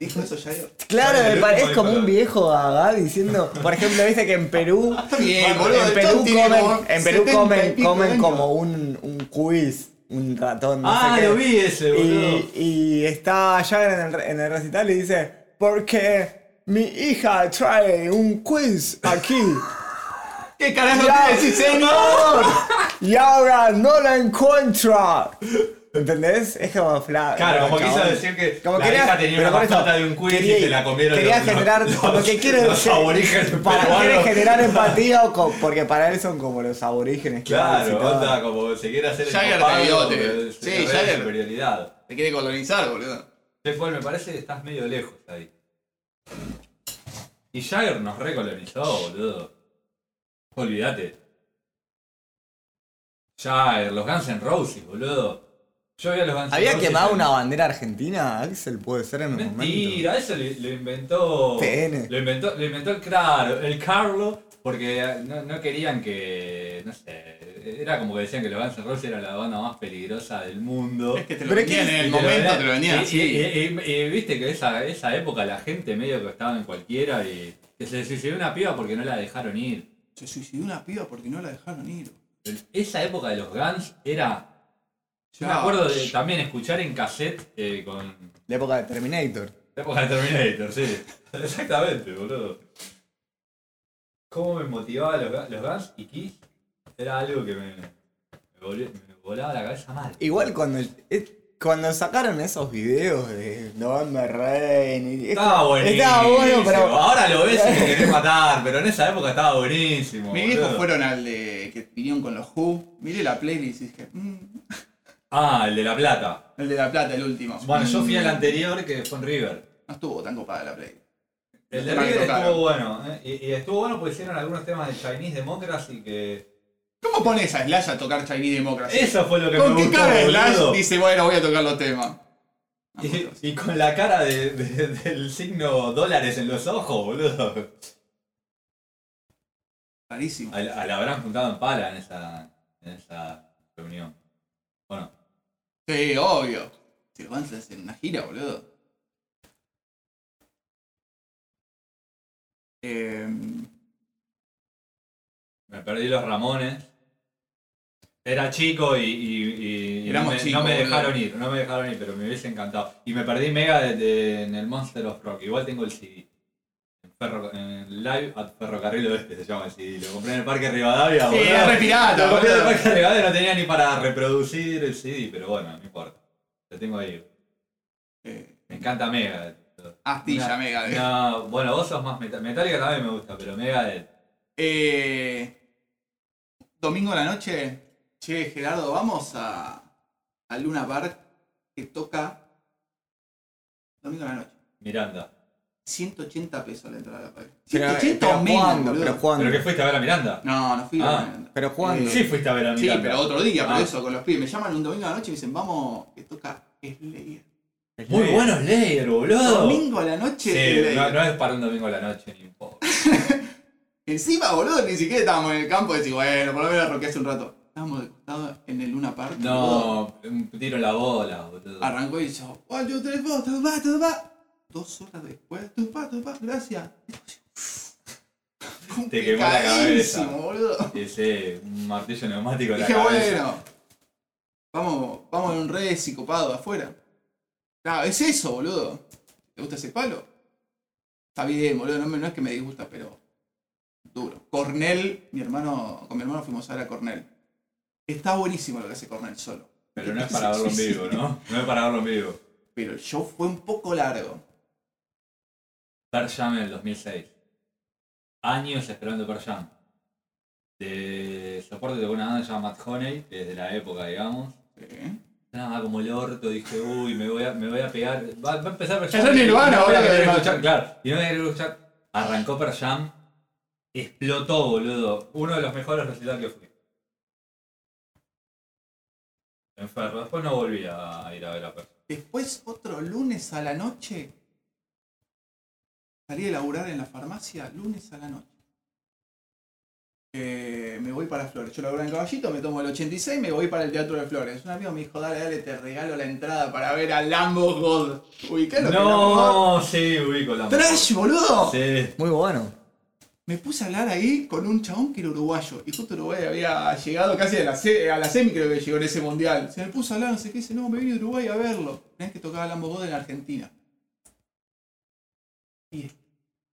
Speaker 2: Dijo eso ya. yo.
Speaker 1: Claro,
Speaker 3: Bueno,
Speaker 1: me
Speaker 3: el
Speaker 1: pare-
Speaker 3: último
Speaker 1: es como un
Speaker 3: disparate.
Speaker 1: viejo acá diciendo, por ejemplo, dice que en Perú,
Speaker 2: Está bien, boludo.
Speaker 1: en
Speaker 2: el
Speaker 1: Perú
Speaker 2: chabón tiene
Speaker 1: comen,
Speaker 2: como
Speaker 1: en Perú
Speaker 2: 70 y
Speaker 1: comen,
Speaker 2: pico
Speaker 1: comen
Speaker 2: años.
Speaker 1: como un, un quiz, un ratón. no
Speaker 3: Ah,
Speaker 1: sé qué.
Speaker 3: lo vi ese, boludo.
Speaker 1: Y, y está Jagger en el, re- en el recital y dice, porque mi hija trae un quiz aquí
Speaker 2: ¿Qué carajo
Speaker 1: Ya.
Speaker 2: te decís, eh? señor?
Speaker 1: y ahora no la encuentra. ¿Entendés? Es como flaco.
Speaker 3: Claro, como quiso
Speaker 1: chabón.
Speaker 3: decir que
Speaker 1: Como
Speaker 3: la
Speaker 1: quería-
Speaker 3: hija tenía
Speaker 1: pero
Speaker 3: una
Speaker 1: por eso,
Speaker 3: patata de un quiz
Speaker 1: quería-
Speaker 3: y se la comieron
Speaker 1: Quería
Speaker 3: los-
Speaker 1: generar,
Speaker 3: los-
Speaker 1: como que quiere
Speaker 3: los
Speaker 1: decir-
Speaker 3: aborígenes
Speaker 1: para,
Speaker 3: peruanos.
Speaker 1: quiere generar empatía, o co- porque para él son como los aborígenes. que
Speaker 3: Claro,
Speaker 1: visitaban.
Speaker 3: onda, como se quiere hacer el
Speaker 2: Jagger
Speaker 3: copado,
Speaker 2: te vio,
Speaker 3: pero
Speaker 2: te-
Speaker 3: se
Speaker 2: sí,
Speaker 3: carrera de
Speaker 2: Jagger.
Speaker 3: superioridad.
Speaker 2: Te quiere colonizar, boludo.
Speaker 3: Che, Paul, me parece que estás medio lejos ahí. Y Jagger nos recolonizó, boludo. Olvídate. Jagger, los Guns N' Roses, boludo. Yo vi a los Guns N'
Speaker 1: Había
Speaker 3: Roses
Speaker 1: quemado
Speaker 3: en-
Speaker 1: una bandera argentina, Axel puede ser en un momento.
Speaker 3: Mentira, eso le- lo inventó.
Speaker 1: TN.
Speaker 3: Lo inventó, lo inventó el claro, el Carlo, porque eh, no, no querían que. no sé. Era como que decían que los Guns N' Roses era la banda más peligrosa del mundo.
Speaker 2: Es que te lo
Speaker 1: Pero es
Speaker 2: vendían
Speaker 1: que-
Speaker 2: en
Speaker 3: Y
Speaker 2: el momento,
Speaker 3: vendían-
Speaker 2: te lo vendían
Speaker 3: y-
Speaker 2: así.
Speaker 3: Y, y- y viste que esa, esa época la gente medio que estaba en cualquiera y que se suicidó una piba porque no la dejaron ir.
Speaker 2: Se suicidó una piba porque no la dejaron ir.
Speaker 3: Esa época de los Guns era. Yo me
Speaker 2: Ya.
Speaker 3: acuerdo de también escuchar en cassette eh, con.
Speaker 1: La época de Terminator.
Speaker 3: La época de Terminator, sí. Exactamente, boludo. ¿Cómo me motivaba los, Ga- los Guns y Kiss? Era algo que me, me volé- me volaba la cabeza mal.
Speaker 1: Igual cuando, es- cuando sacaron esos videos de November Rain. y-
Speaker 3: Estaba buenísimo.
Speaker 1: Estaba bueno, pero.
Speaker 3: Ahora lo ves y te querés matar, pero en esa época estaba buenísimo.
Speaker 2: Mis viejos
Speaker 3: boludo.
Speaker 2: fueron al de que vinieron con los Who. Miré la playlist y dije, "Mm".
Speaker 3: Ah, el de La Plata.
Speaker 2: el de La Plata, el último.
Speaker 3: Bueno, yo fui
Speaker 2: Mm.
Speaker 3: al anterior que fue en River.
Speaker 2: No estuvo tan copada la playlist.
Speaker 3: El
Speaker 2: Los
Speaker 3: de
Speaker 2: temas que
Speaker 3: River
Speaker 2: tocaron.
Speaker 3: estuvo bueno. ¿eh? Y, y estuvo bueno porque hicieron algunos temas de Chinese Democracy que...
Speaker 2: ¿Cómo pones a Slash a tocar Chinese Democracy?
Speaker 3: Eso fue lo que
Speaker 2: ¿Con
Speaker 3: me
Speaker 2: qué
Speaker 3: gustó,
Speaker 2: cara Slash
Speaker 3: boludo.
Speaker 2: dice, bueno, voy a tocar los temas? Ah,
Speaker 3: Y,
Speaker 2: boludo.
Speaker 3: y con la cara de- de- del signo dólares en los ojos, boludo.
Speaker 2: Rarísimo.
Speaker 3: A, la- a la habrán juntado en pala en esa, en esa reunión. Bueno,
Speaker 2: Sí, obvio. Si van a hacer una gira, boludo. Em,
Speaker 3: me perdí los Ramones. Era chico y, y- y no,
Speaker 2: Éramos
Speaker 3: me, no
Speaker 2: chicos,
Speaker 3: me dejaron
Speaker 2: boludo.
Speaker 3: ir, no me dejaron ir, pero me hubiese encantado. Y me perdí mega de- de- en el Monster of Rock. Igual tengo el CD. En, Ferro- en Live at Ferrocarril Oeste se llama el CD. Lo compré en el Parque Rivadavia,
Speaker 2: Sí,
Speaker 3: boludo.
Speaker 2: es re pirata,
Speaker 3: Lo compré en el
Speaker 2: boludo.
Speaker 3: Parque Rivadavia, no tenía ni para reproducir el CD, pero bueno, no importa. Lo tengo ahí.
Speaker 2: eh,
Speaker 3: Me encanta Mega.
Speaker 2: Astilla,
Speaker 3: Una-
Speaker 2: mega.
Speaker 3: No, bueno, vos sos más metal. Metallica también me gusta, pero Megadeth.
Speaker 2: Eh, domingo a la noche, che, Gerardo, vamos a, a Luna Park que toca domingo a la noche.
Speaker 3: Miranda.
Speaker 2: 180 pesos la entrada para
Speaker 1: Pero,
Speaker 2: 180
Speaker 1: pero
Speaker 2: o menos,
Speaker 1: ¿cuándo?
Speaker 2: boludo.
Speaker 1: Pero ¿cuándo?
Speaker 3: eh, ¿Pero que fuiste a ver a Miranda?
Speaker 2: No, no fui
Speaker 3: Ah.
Speaker 2: a la
Speaker 1: ¿Pero cuándo?
Speaker 3: Sí, fuiste a ver a
Speaker 2: Sí,
Speaker 3: Miranda.
Speaker 2: pero otro día, por
Speaker 3: Ah.
Speaker 2: eso, con los pibes. Me llaman un domingo a la noche y me dicen, vamos, que toca Slayer.
Speaker 3: Muy bueno Slayer, boludo.
Speaker 2: Domingo a la noche,
Speaker 3: Oh. Sí,
Speaker 2: Slayer.
Speaker 3: no, no es para un domingo a la noche ni un poco.
Speaker 2: Encima, boludo, ni siquiera estábamos en el campo. Decís, bueno, por lo menos roqué hace un rato. Estábamos de costado en el Luna Park. boludo.
Speaker 3: No, un tiro en la bola, boludo.
Speaker 2: Arrancó y yo, one, two, three, four, tu, pa, tu, pa". Dos horas después, tu pa, tu pa, gracias.
Speaker 3: Te quemó la cabeza.
Speaker 2: Complicadísimo, boludo.
Speaker 3: Ese un martillo neumático en la
Speaker 2: Dije,
Speaker 3: cabeza.
Speaker 2: bueno, vamos, vamos en un re psicopado afuera. Claro, es eso, boludo. ¿Te gusta ese palo? Está bien, boludo, no, me- no es que me disgusta, pero duro. Cornell, mi hermano, con mi hermano fuimos a ver a Cornell. Está buenísimo lo que hace Cornell solo.
Speaker 3: Pero no es para verlo en vivo, ¿no? No es para verlo en vivo.
Speaker 2: Pero el show fue un poco largo.
Speaker 3: Pearl Jam en el 2006. Años esperando Pearl Jam. De soporte de una banda llamada Matt Honey, que es de la época, digamos.
Speaker 2: Sí.
Speaker 3: Nada, como el orto, dije, uy, me voy a, me voy a pegar. Va, va a empezar Pearl
Speaker 2: Ya son Nirvana,
Speaker 3: Y no voy a
Speaker 2: boludo.
Speaker 3: querer escuchar, claro. Y no voy a querer escuchar. Arrancó Pearl Jam, explotó, boludo. Uno de los mejores recitales que fui. Enfermo. Después no volví a ir a ver a Pearl Jam.
Speaker 2: Después, otro lunes a la noche, salí a laburar en la farmacia, lunes a la noche. Eh, me voy para Flores. Yo laburaba en Caballito, me tomo el 86, me voy para el Teatro de Flores. Un amigo me dijo, dale, dale, te regalo la entrada para ver a Lambo God. Uy, ¿qué es lo que es Lamb of
Speaker 3: No, sí, ubico la
Speaker 2: God? ¡Trash, boludo!
Speaker 3: Sí.
Speaker 1: Muy bueno.
Speaker 2: Me puse a hablar ahí con un chabón que era uruguayo. Y justo Uruguay había llegado casi a la, se- a la semi, creo que llegó en ese mundial. Se me puso a hablar, no sé qué, dice, no, me vine a Uruguay a verlo. Tenés que tocaba Lambo God en Argentina. Y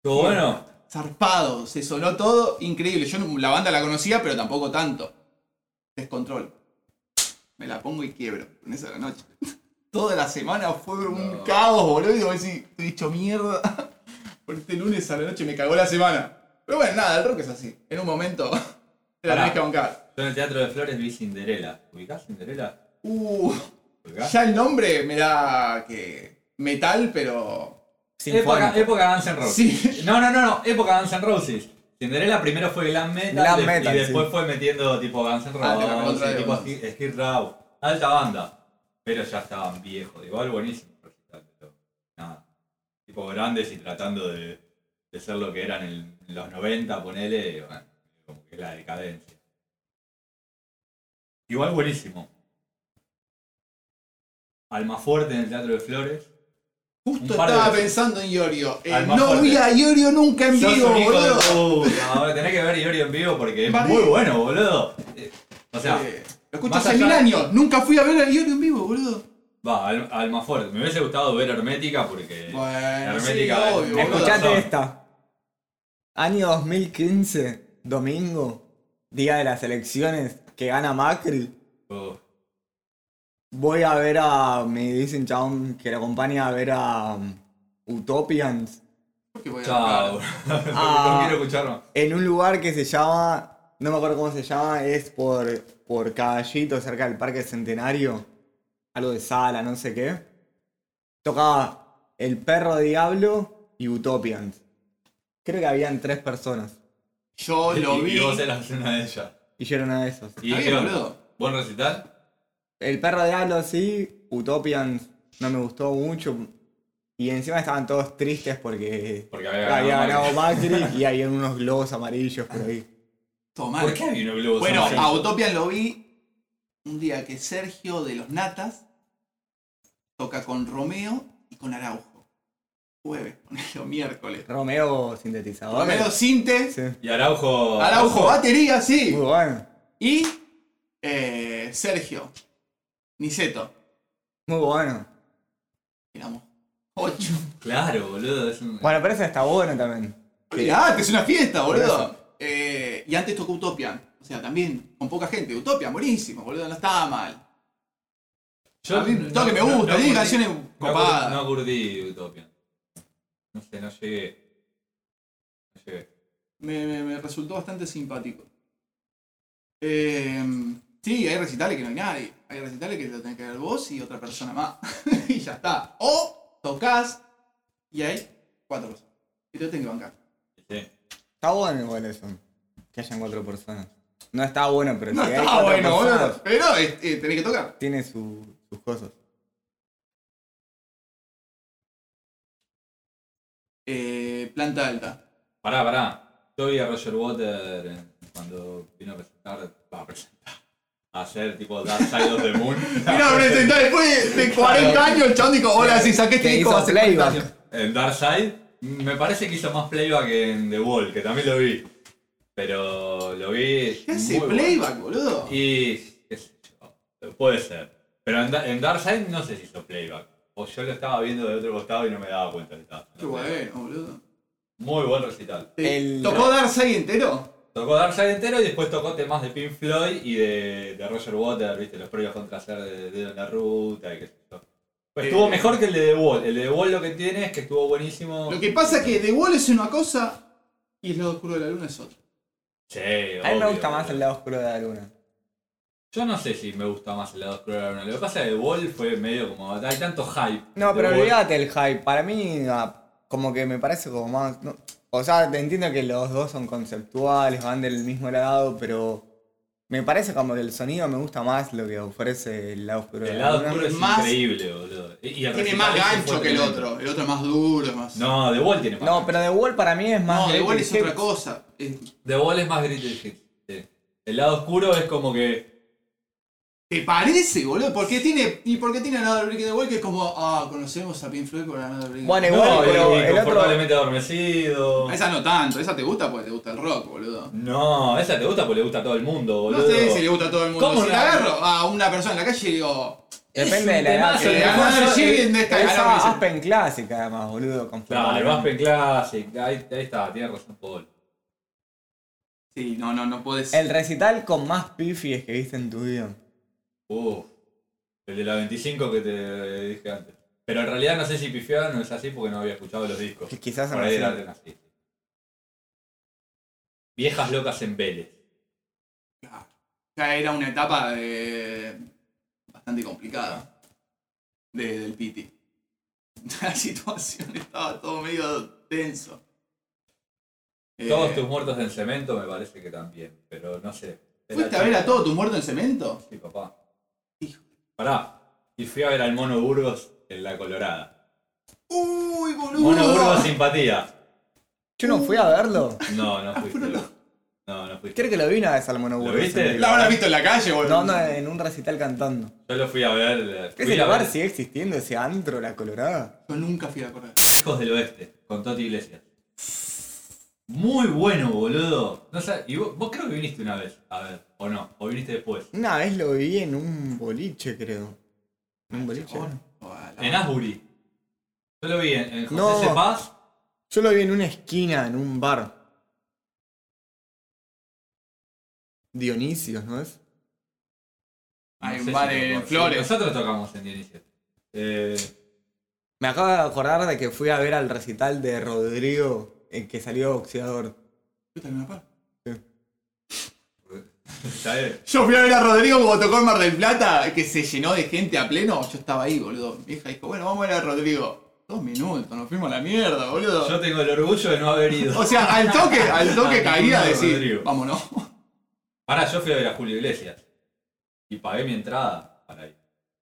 Speaker 3: Estuvo bueno.
Speaker 2: zarpado, se sonó todo, increíble. Yo no- la banda la conocía, pero tampoco tanto. Descontrol. Me la pongo y quiebro en esa noche. Toda la semana fue un
Speaker 3: No.
Speaker 2: caos, boludo. Y vos decís, estoy hecho mierda. Por este lunes a la noche me cagó la semana. Pero bueno, nada, el rock es así. En un momento te la
Speaker 3: Pará.
Speaker 2: tenés que bancar.
Speaker 3: Yo en el Teatro de Flores vi Cinderela. ¿Ubicás Cinderela?
Speaker 2: Uh,
Speaker 3: ¿Ubicás?
Speaker 2: ya el nombre me da que. metal, pero.
Speaker 3: Época,
Speaker 1: Sinfónico.
Speaker 3: época Guns N' Roses.
Speaker 2: Sí.
Speaker 3: No, no, no, no, época Guns N' Roses. Cinderella primero fue glam metal,
Speaker 1: Glam
Speaker 3: de-
Speaker 1: metal,
Speaker 3: y después
Speaker 1: sí.
Speaker 3: fue metiendo tipo Guns N'
Speaker 2: Ah, te la
Speaker 3: Roses,
Speaker 2: contra de
Speaker 3: tipo
Speaker 2: Guns.
Speaker 3: Skid Skid Row, alta banda. Pero ya estaban viejos, igual buenísimo el recital, pero nada. Tipo grandes y tratando de, de ser lo que eran en los 90, ponele, y bueno, como que es la decadencia. Igual buenísimo. Almafuerte en el Teatro de Flores.
Speaker 2: Justo
Speaker 3: Un par de
Speaker 2: estaba
Speaker 3: veces.
Speaker 2: pensando en Iorio. Eh,
Speaker 3: Al más
Speaker 2: no
Speaker 3: fuerte.
Speaker 2: vi a Iorio nunca en
Speaker 3: Sos
Speaker 2: vivo,
Speaker 3: un hijo de
Speaker 2: boludo.
Speaker 3: puta, ahora tenés que ver Iorio en vivo porque es
Speaker 2: Vale.
Speaker 3: muy bueno, boludo. Eh, O sea,
Speaker 2: Eh, lo escucho
Speaker 3: más
Speaker 2: hace
Speaker 3: allá-
Speaker 2: mil años. Nunca fui a ver a Iorio en vivo, boludo.
Speaker 3: va, al, alma fuerte. Me hubiese gustado ver Hermética porque.
Speaker 2: Bueno,
Speaker 3: Hermética,
Speaker 2: sí,
Speaker 3: eh.
Speaker 2: obvio,
Speaker 3: Me
Speaker 2: boludo.
Speaker 3: escuchaste.
Speaker 1: Escuchate esta. Año 2015, domingo, día de las elecciones, que gana Macri.
Speaker 3: Uf,
Speaker 1: Voy a ver a. Me dicen chabón que lo acompaña a ver a. um, Utopians.
Speaker 2: ¿Por qué voy a
Speaker 3: chao.
Speaker 2: hablar?
Speaker 3: no
Speaker 1: Ah.
Speaker 3: quiero escucharlo.
Speaker 1: En un lugar que se llama. No me acuerdo cómo se llama, es por. Por Caballito, cerca del Parque Centenario. Algo de sala, no sé qué. Tocaba El Perro Diablo y Utopians. Creo que habían tres personas.
Speaker 2: Yo lo
Speaker 3: Y-
Speaker 2: vi.
Speaker 3: Y vos eras una de ellas.
Speaker 1: Y yo era una de esas.
Speaker 3: Y
Speaker 2: Está bien,
Speaker 3: qué onda?
Speaker 2: boludo.
Speaker 3: ¿Buen recital?
Speaker 1: El perro diablo sí, Utopians no me gustó mucho. Y encima estaban todos tristes porque
Speaker 3: Porque había
Speaker 1: había
Speaker 3: ganado
Speaker 1: ganado Macri y había unos globos amarillos por ahí.
Speaker 2: Todo mal.
Speaker 3: ¿Por qué había unos globos
Speaker 2: Bueno,
Speaker 3: amarillos?
Speaker 2: a Utopian lo vi un día que Sergio de los Natas toca con Romeo y con Araujo. Jueves, ponelo miércoles.
Speaker 1: Romeo sintetizador.
Speaker 2: Romeo Sinte,
Speaker 1: Sí.
Speaker 3: Y Araujo.
Speaker 2: Araujo batería, sí.
Speaker 1: Muy bueno.
Speaker 2: Y eh, Sergio Niceto.
Speaker 1: Muy bueno.
Speaker 2: Éramos ocho.
Speaker 3: Claro, boludo. Es un...
Speaker 1: Bueno, pero ese está bueno también.
Speaker 2: Mirá, Ah, que es una fiesta,
Speaker 1: Por
Speaker 2: boludo. Eh, y antes tocó Utopian. O sea, también con poca gente. Utopian, buenísimo, boludo. No estaba mal. a mí todo que me gusta, tiene
Speaker 3: curtí-
Speaker 2: canciones copadas.
Speaker 3: No, cur- no curtí Utopia. No sé, no llegué. No llegué.
Speaker 2: me, me- me resultó bastante simpático. Eh, sí, hay recitales que no hay nadie. Hay recitales que lo tenés que ver vos y otra persona más. y ya está. O tocas y hay cuatro personas. Y te lo tenés que bancar.
Speaker 3: Sí.
Speaker 1: Está bueno igual eso. Que hayan cuatro personas. No está bueno, pero
Speaker 2: No
Speaker 1: si hay
Speaker 2: está
Speaker 1: cuatro
Speaker 2: bueno,
Speaker 1: personas,
Speaker 2: boludo. Pero eh, eh, tenés que tocar.
Speaker 1: tiene su- sus cosas.
Speaker 2: Eh, planta alta.
Speaker 3: Pará, pará. Yo vi a Roger Water eh, cuando vino a presentar. Va a presentar. A hacer tipo Dark Side of the Moon.
Speaker 2: Mira, presentá después de 40 años el chabón dijo, hola,
Speaker 1: Ah,
Speaker 2: si saqué este
Speaker 1: Que
Speaker 2: disco
Speaker 1: hizo
Speaker 2: hace 40
Speaker 1: playback.
Speaker 2: años.
Speaker 3: En Dark Side. Me parece que hizo más playback que en The Wall, que también lo vi. Pero lo vi.
Speaker 2: ¿Qué hace
Speaker 3: muy bueno.
Speaker 2: playback, boludo?
Speaker 3: Y. qué sé yo, Puede ser. Pero en, Da- en Darkseid no sé si hizo playback. O yo lo estaba viendo de otro costado y no me daba cuenta que estaba.
Speaker 2: Qué bueno, boludo. Eh,
Speaker 3: Muy buen recital.
Speaker 1: El-
Speaker 2: ¿Tocó Darcy entero?
Speaker 3: Tocó Darkseid entero y después tocó temas de Pink Floyd y de, de Roger Water, viste, los previos contra hacer de Dedo en la Ruta y qué sé yo. Pues
Speaker 2: Eh.
Speaker 3: estuvo mejor que el de The Wall. El de The Wall lo que tiene es que estuvo buenísimo.
Speaker 2: Lo que pasa es que The Wall es una cosa y el lado oscuro de la luna es otra.
Speaker 3: Sí,
Speaker 1: A mí me
Speaker 3: obvio,
Speaker 1: gusta más
Speaker 3: boludo.
Speaker 1: el lado oscuro de la luna.
Speaker 3: Yo no sé si me gusta más el lado oscuro de la luna. Lo que pasa es que The Wall fue medio como. Hay tanto hype.
Speaker 1: No,
Speaker 3: de
Speaker 1: pero
Speaker 3: Wall.
Speaker 1: olvídate el hype. Para mí, ah, como que me parece como más. no- O sea, te entiendo que los dos son conceptuales, van del mismo lado, pero me parece como que el sonido me gusta más lo que ofrece el lado oscuro. de
Speaker 3: El
Speaker 1: la
Speaker 3: lado
Speaker 1: luna.
Speaker 3: oscuro es
Speaker 2: Más-
Speaker 3: increíble, boludo. Y- y el
Speaker 2: Tiene
Speaker 3: recital
Speaker 2: más
Speaker 3: ese
Speaker 2: gancho
Speaker 3: fue
Speaker 2: que el
Speaker 3: tremendo.
Speaker 2: otro. El otro es más duro, es más.
Speaker 3: No, The Wall tiene más.
Speaker 1: No, pero The Wall para mí es más.
Speaker 2: No, The
Speaker 1: directo
Speaker 2: Wall
Speaker 1: y
Speaker 2: es
Speaker 1: hip.
Speaker 2: otra cosa. Eh, Es-
Speaker 3: The Wall es más Greatest Hits. sí. El lado oscuro es como que.
Speaker 2: ¿Te parece, boludo? ¿Por qué tiene, ¿Y por qué tiene Another Brick in the Wall? Que es como, ah, conocemos a Pink Floyd por Another Brick in the
Speaker 1: Bueno,
Speaker 2: Wall.
Speaker 1: igual,
Speaker 3: no,
Speaker 1: pero
Speaker 3: y
Speaker 1: el otro.
Speaker 3: confortablemente adormecido.
Speaker 2: Esa no tanto, esa te gusta porque te gusta el rock, boludo.
Speaker 3: No, esa te gusta porque le gusta a todo el mundo,
Speaker 2: No
Speaker 3: boludo.
Speaker 2: sé si le gusta a todo el mundo.
Speaker 3: ¿Cómo
Speaker 2: si
Speaker 3: no?
Speaker 2: la agarro a una persona en la calle y digo,
Speaker 3: Es un
Speaker 1: Depende de la edad.
Speaker 3: temazo,
Speaker 1: que
Speaker 2: eh,
Speaker 1: le
Speaker 3: además,
Speaker 1: pongas.
Speaker 2: Another
Speaker 3: yo-
Speaker 2: Brick in the Sky,
Speaker 1: Esa
Speaker 2: Another Brick in
Speaker 1: Aspen clásica, además, boludo.
Speaker 3: Claro, el
Speaker 1: confortablemente.
Speaker 3: Aspen Classic. Ahí, ahí está, tiene razón Paul.
Speaker 2: the Wall. Sí, no, no, no puedes.
Speaker 1: El recital con más pifies que viste en tu vida.
Speaker 3: Uf. Uh, El de la 25 que te dije antes. Pero en realidad no sé si pifiaron o es así porque no había escuchado los discos.
Speaker 1: Quizás
Speaker 3: Por
Speaker 1: no
Speaker 3: ahí
Speaker 1: sé.
Speaker 3: eran así. Viejas locas en Vélez.
Speaker 2: Ya era una etapa de... bastante complicada de- del Piti. La situación estaba todo medio tenso. Eh,
Speaker 3: Todos tus muertos en cemento me parece que también, pero no sé. Era
Speaker 2: ¿Fuiste a
Speaker 3: chico.
Speaker 2: ver a todo tu muerto en cemento?
Speaker 3: Sí, papá.
Speaker 2: Hijo.
Speaker 3: Pará. Y fui a ver al Mono Burgos en la Colorada.
Speaker 2: Uy, boludo.
Speaker 3: Mono Burgos simpatía.
Speaker 1: Yo no fui a verlo.
Speaker 3: No, no fuiste.
Speaker 2: Fueron
Speaker 3: loco. No, no fuiste.
Speaker 1: Creo que lo vi una vez al Mono
Speaker 3: ¿Lo
Speaker 1: Burgos
Speaker 3: viste?
Speaker 1: en vivo.
Speaker 2: La habrás visto en la calle, boludo.
Speaker 1: No, no, en un recital cantando.
Speaker 3: Yo lo fui a ver. eh,
Speaker 1: ¿Qué
Speaker 3: fui
Speaker 1: ese
Speaker 3: a
Speaker 1: lugar
Speaker 3: ver
Speaker 1: sigue existiendo, ese antro, la colorada?
Speaker 2: Yo nunca fui a la correr.
Speaker 3: Hijos del Oeste, con Toti Iglesias. Muy bueno, boludo. No sé, y vos, vos creo que viniste una vez, a ver, o no, o viniste después.
Speaker 1: Una vez lo vi en un boliche, creo. ¿En un boliche?
Speaker 3: En Asbury. Yo lo vi en, en José
Speaker 1: No.
Speaker 3: Cepaz.
Speaker 1: Yo lo vi en una esquina, en un bar. Dionisios, ¿no es?
Speaker 3: No
Speaker 2: Hay un
Speaker 3: sé si
Speaker 2: bar
Speaker 3: lo
Speaker 2: en
Speaker 3: conocí.
Speaker 2: Flores.
Speaker 3: Nosotros tocamos en Dionisio. Eh,
Speaker 1: Me acabo de acordar de que fui a ver al recital de Rodrigo, el que salió boxeador.
Speaker 2: Yo también me acuerdo.
Speaker 3: ¿sabés?
Speaker 2: Yo fui a ver a Rodrigo cuando tocó en Mar del Plata, que se llenó de gente a pleno. Yo estaba ahí, boludo. Mi hija dijo, bueno, vamos a ver a Rodrigo. Dos minutos, nos fuimos a la mierda, boludo.
Speaker 3: Yo tengo el orgullo de no haber ido.
Speaker 2: O sea, al toque, al toque
Speaker 3: Ah,
Speaker 2: caía a
Speaker 3: no,
Speaker 2: decir,
Speaker 3: Rodrigo.
Speaker 2: vámonos.
Speaker 3: Ahora yo fui a ver a Julio Iglesias. Y pagué mi entrada para ir.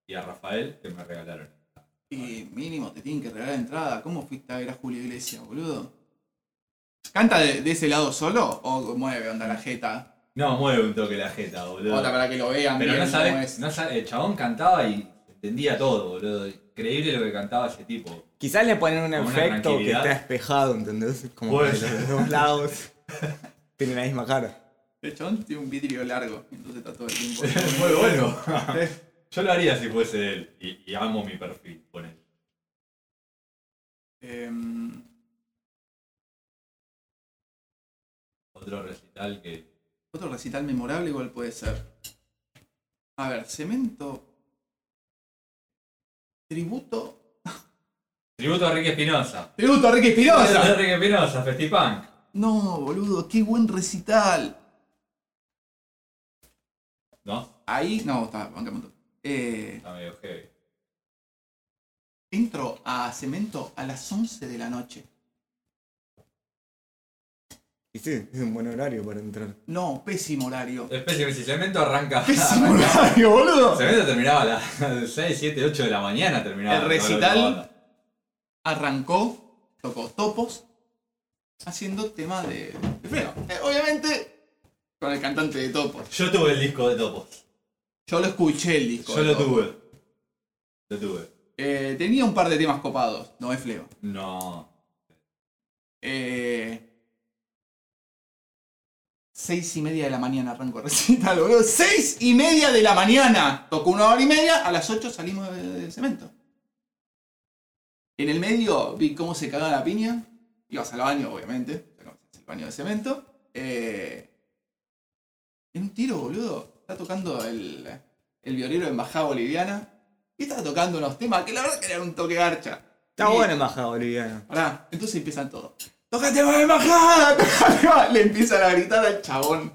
Speaker 3: Y a Rafael que me regalaron.
Speaker 2: Y mínimo te tienen que regalar entrada. ¿Cómo fuiste a ver a Julio Iglesias, boludo? ¿Canta de, de ese lado solo o mueve onda la jeta?
Speaker 3: No, mueve un toque la jeta, boludo.
Speaker 2: Otra para que lo vean
Speaker 3: Pero
Speaker 2: bien
Speaker 3: no
Speaker 2: cómo
Speaker 3: sabes,
Speaker 2: es.
Speaker 3: no sabe- el chabón cantaba y entendía todo, boludo. Increíble lo que cantaba ese tipo.
Speaker 1: Quizás le ponen un
Speaker 3: Con una
Speaker 1: efecto que
Speaker 3: tranquilidad.
Speaker 1: está espejado, ¿entendés? Como
Speaker 3: Puede
Speaker 1: que
Speaker 3: ser.
Speaker 1: los dos lados tienen la misma cara.
Speaker 2: El chabón tiene un vidrio largo, entonces está todo el tiempo.
Speaker 3: Muy bueno. Yo lo haría si fuese él. Y, y amo mi perfil con él.
Speaker 2: Em,
Speaker 3: Otro recital que.
Speaker 2: otro recital memorable igual puede ser. A ver, cemento. Tributo.
Speaker 3: Tributo a Ricky Espinosa.
Speaker 2: ¡Tributo a Ricky
Speaker 3: Tributo a
Speaker 2: Espinosa!
Speaker 3: Ricky Espinosa, Festipunk.
Speaker 2: No, boludo, qué buen recital.
Speaker 3: ¿No?
Speaker 2: Ahí. No, está, banca un montón. Eh,
Speaker 3: Está medio heavy.
Speaker 2: entro a cemento a las 11 de la noche.
Speaker 1: Y sí, es un buen horario para entrar.
Speaker 2: No, pésimo horario.
Speaker 3: Especie que si Cemento arranca.
Speaker 2: Pésimo horario, boludo.
Speaker 3: Cemento terminaba a las 6, 7, 8 de la mañana. Terminaba
Speaker 2: El recital arrancó, tocó topos, haciendo tema de, de freno. Eh, obviamente, con el cantante de topos.
Speaker 3: Yo tuve el disco de Topos.
Speaker 2: Yo lo escuché el disco.
Speaker 3: Yo
Speaker 2: de
Speaker 3: lo
Speaker 2: Topos.
Speaker 3: tuve. Lo tuve.
Speaker 2: Eh, tenía un par de temas copados, no es fleo.
Speaker 3: No.
Speaker 2: Eh, seis y media de la mañana arrancó recital, boludo. ¡Seis y media de la mañana! Tocó una hora y media, a las ocho salimos de- del cemento. En el medio vi cómo se cagaba la piña. Ibas al baño, obviamente. El baño de cemento. Eh, en un tiro, boludo. Está tocando el, el violero de embajada boliviana. Y estaba tocando unos temas que la verdad que era un toque garcha.
Speaker 1: Está
Speaker 2: Y-
Speaker 1: buena embajada boliviana.
Speaker 2: Pará, entonces empiezan todo. ¡Tócate más embajada! tócate más". Le empiezan a gritar al chabón.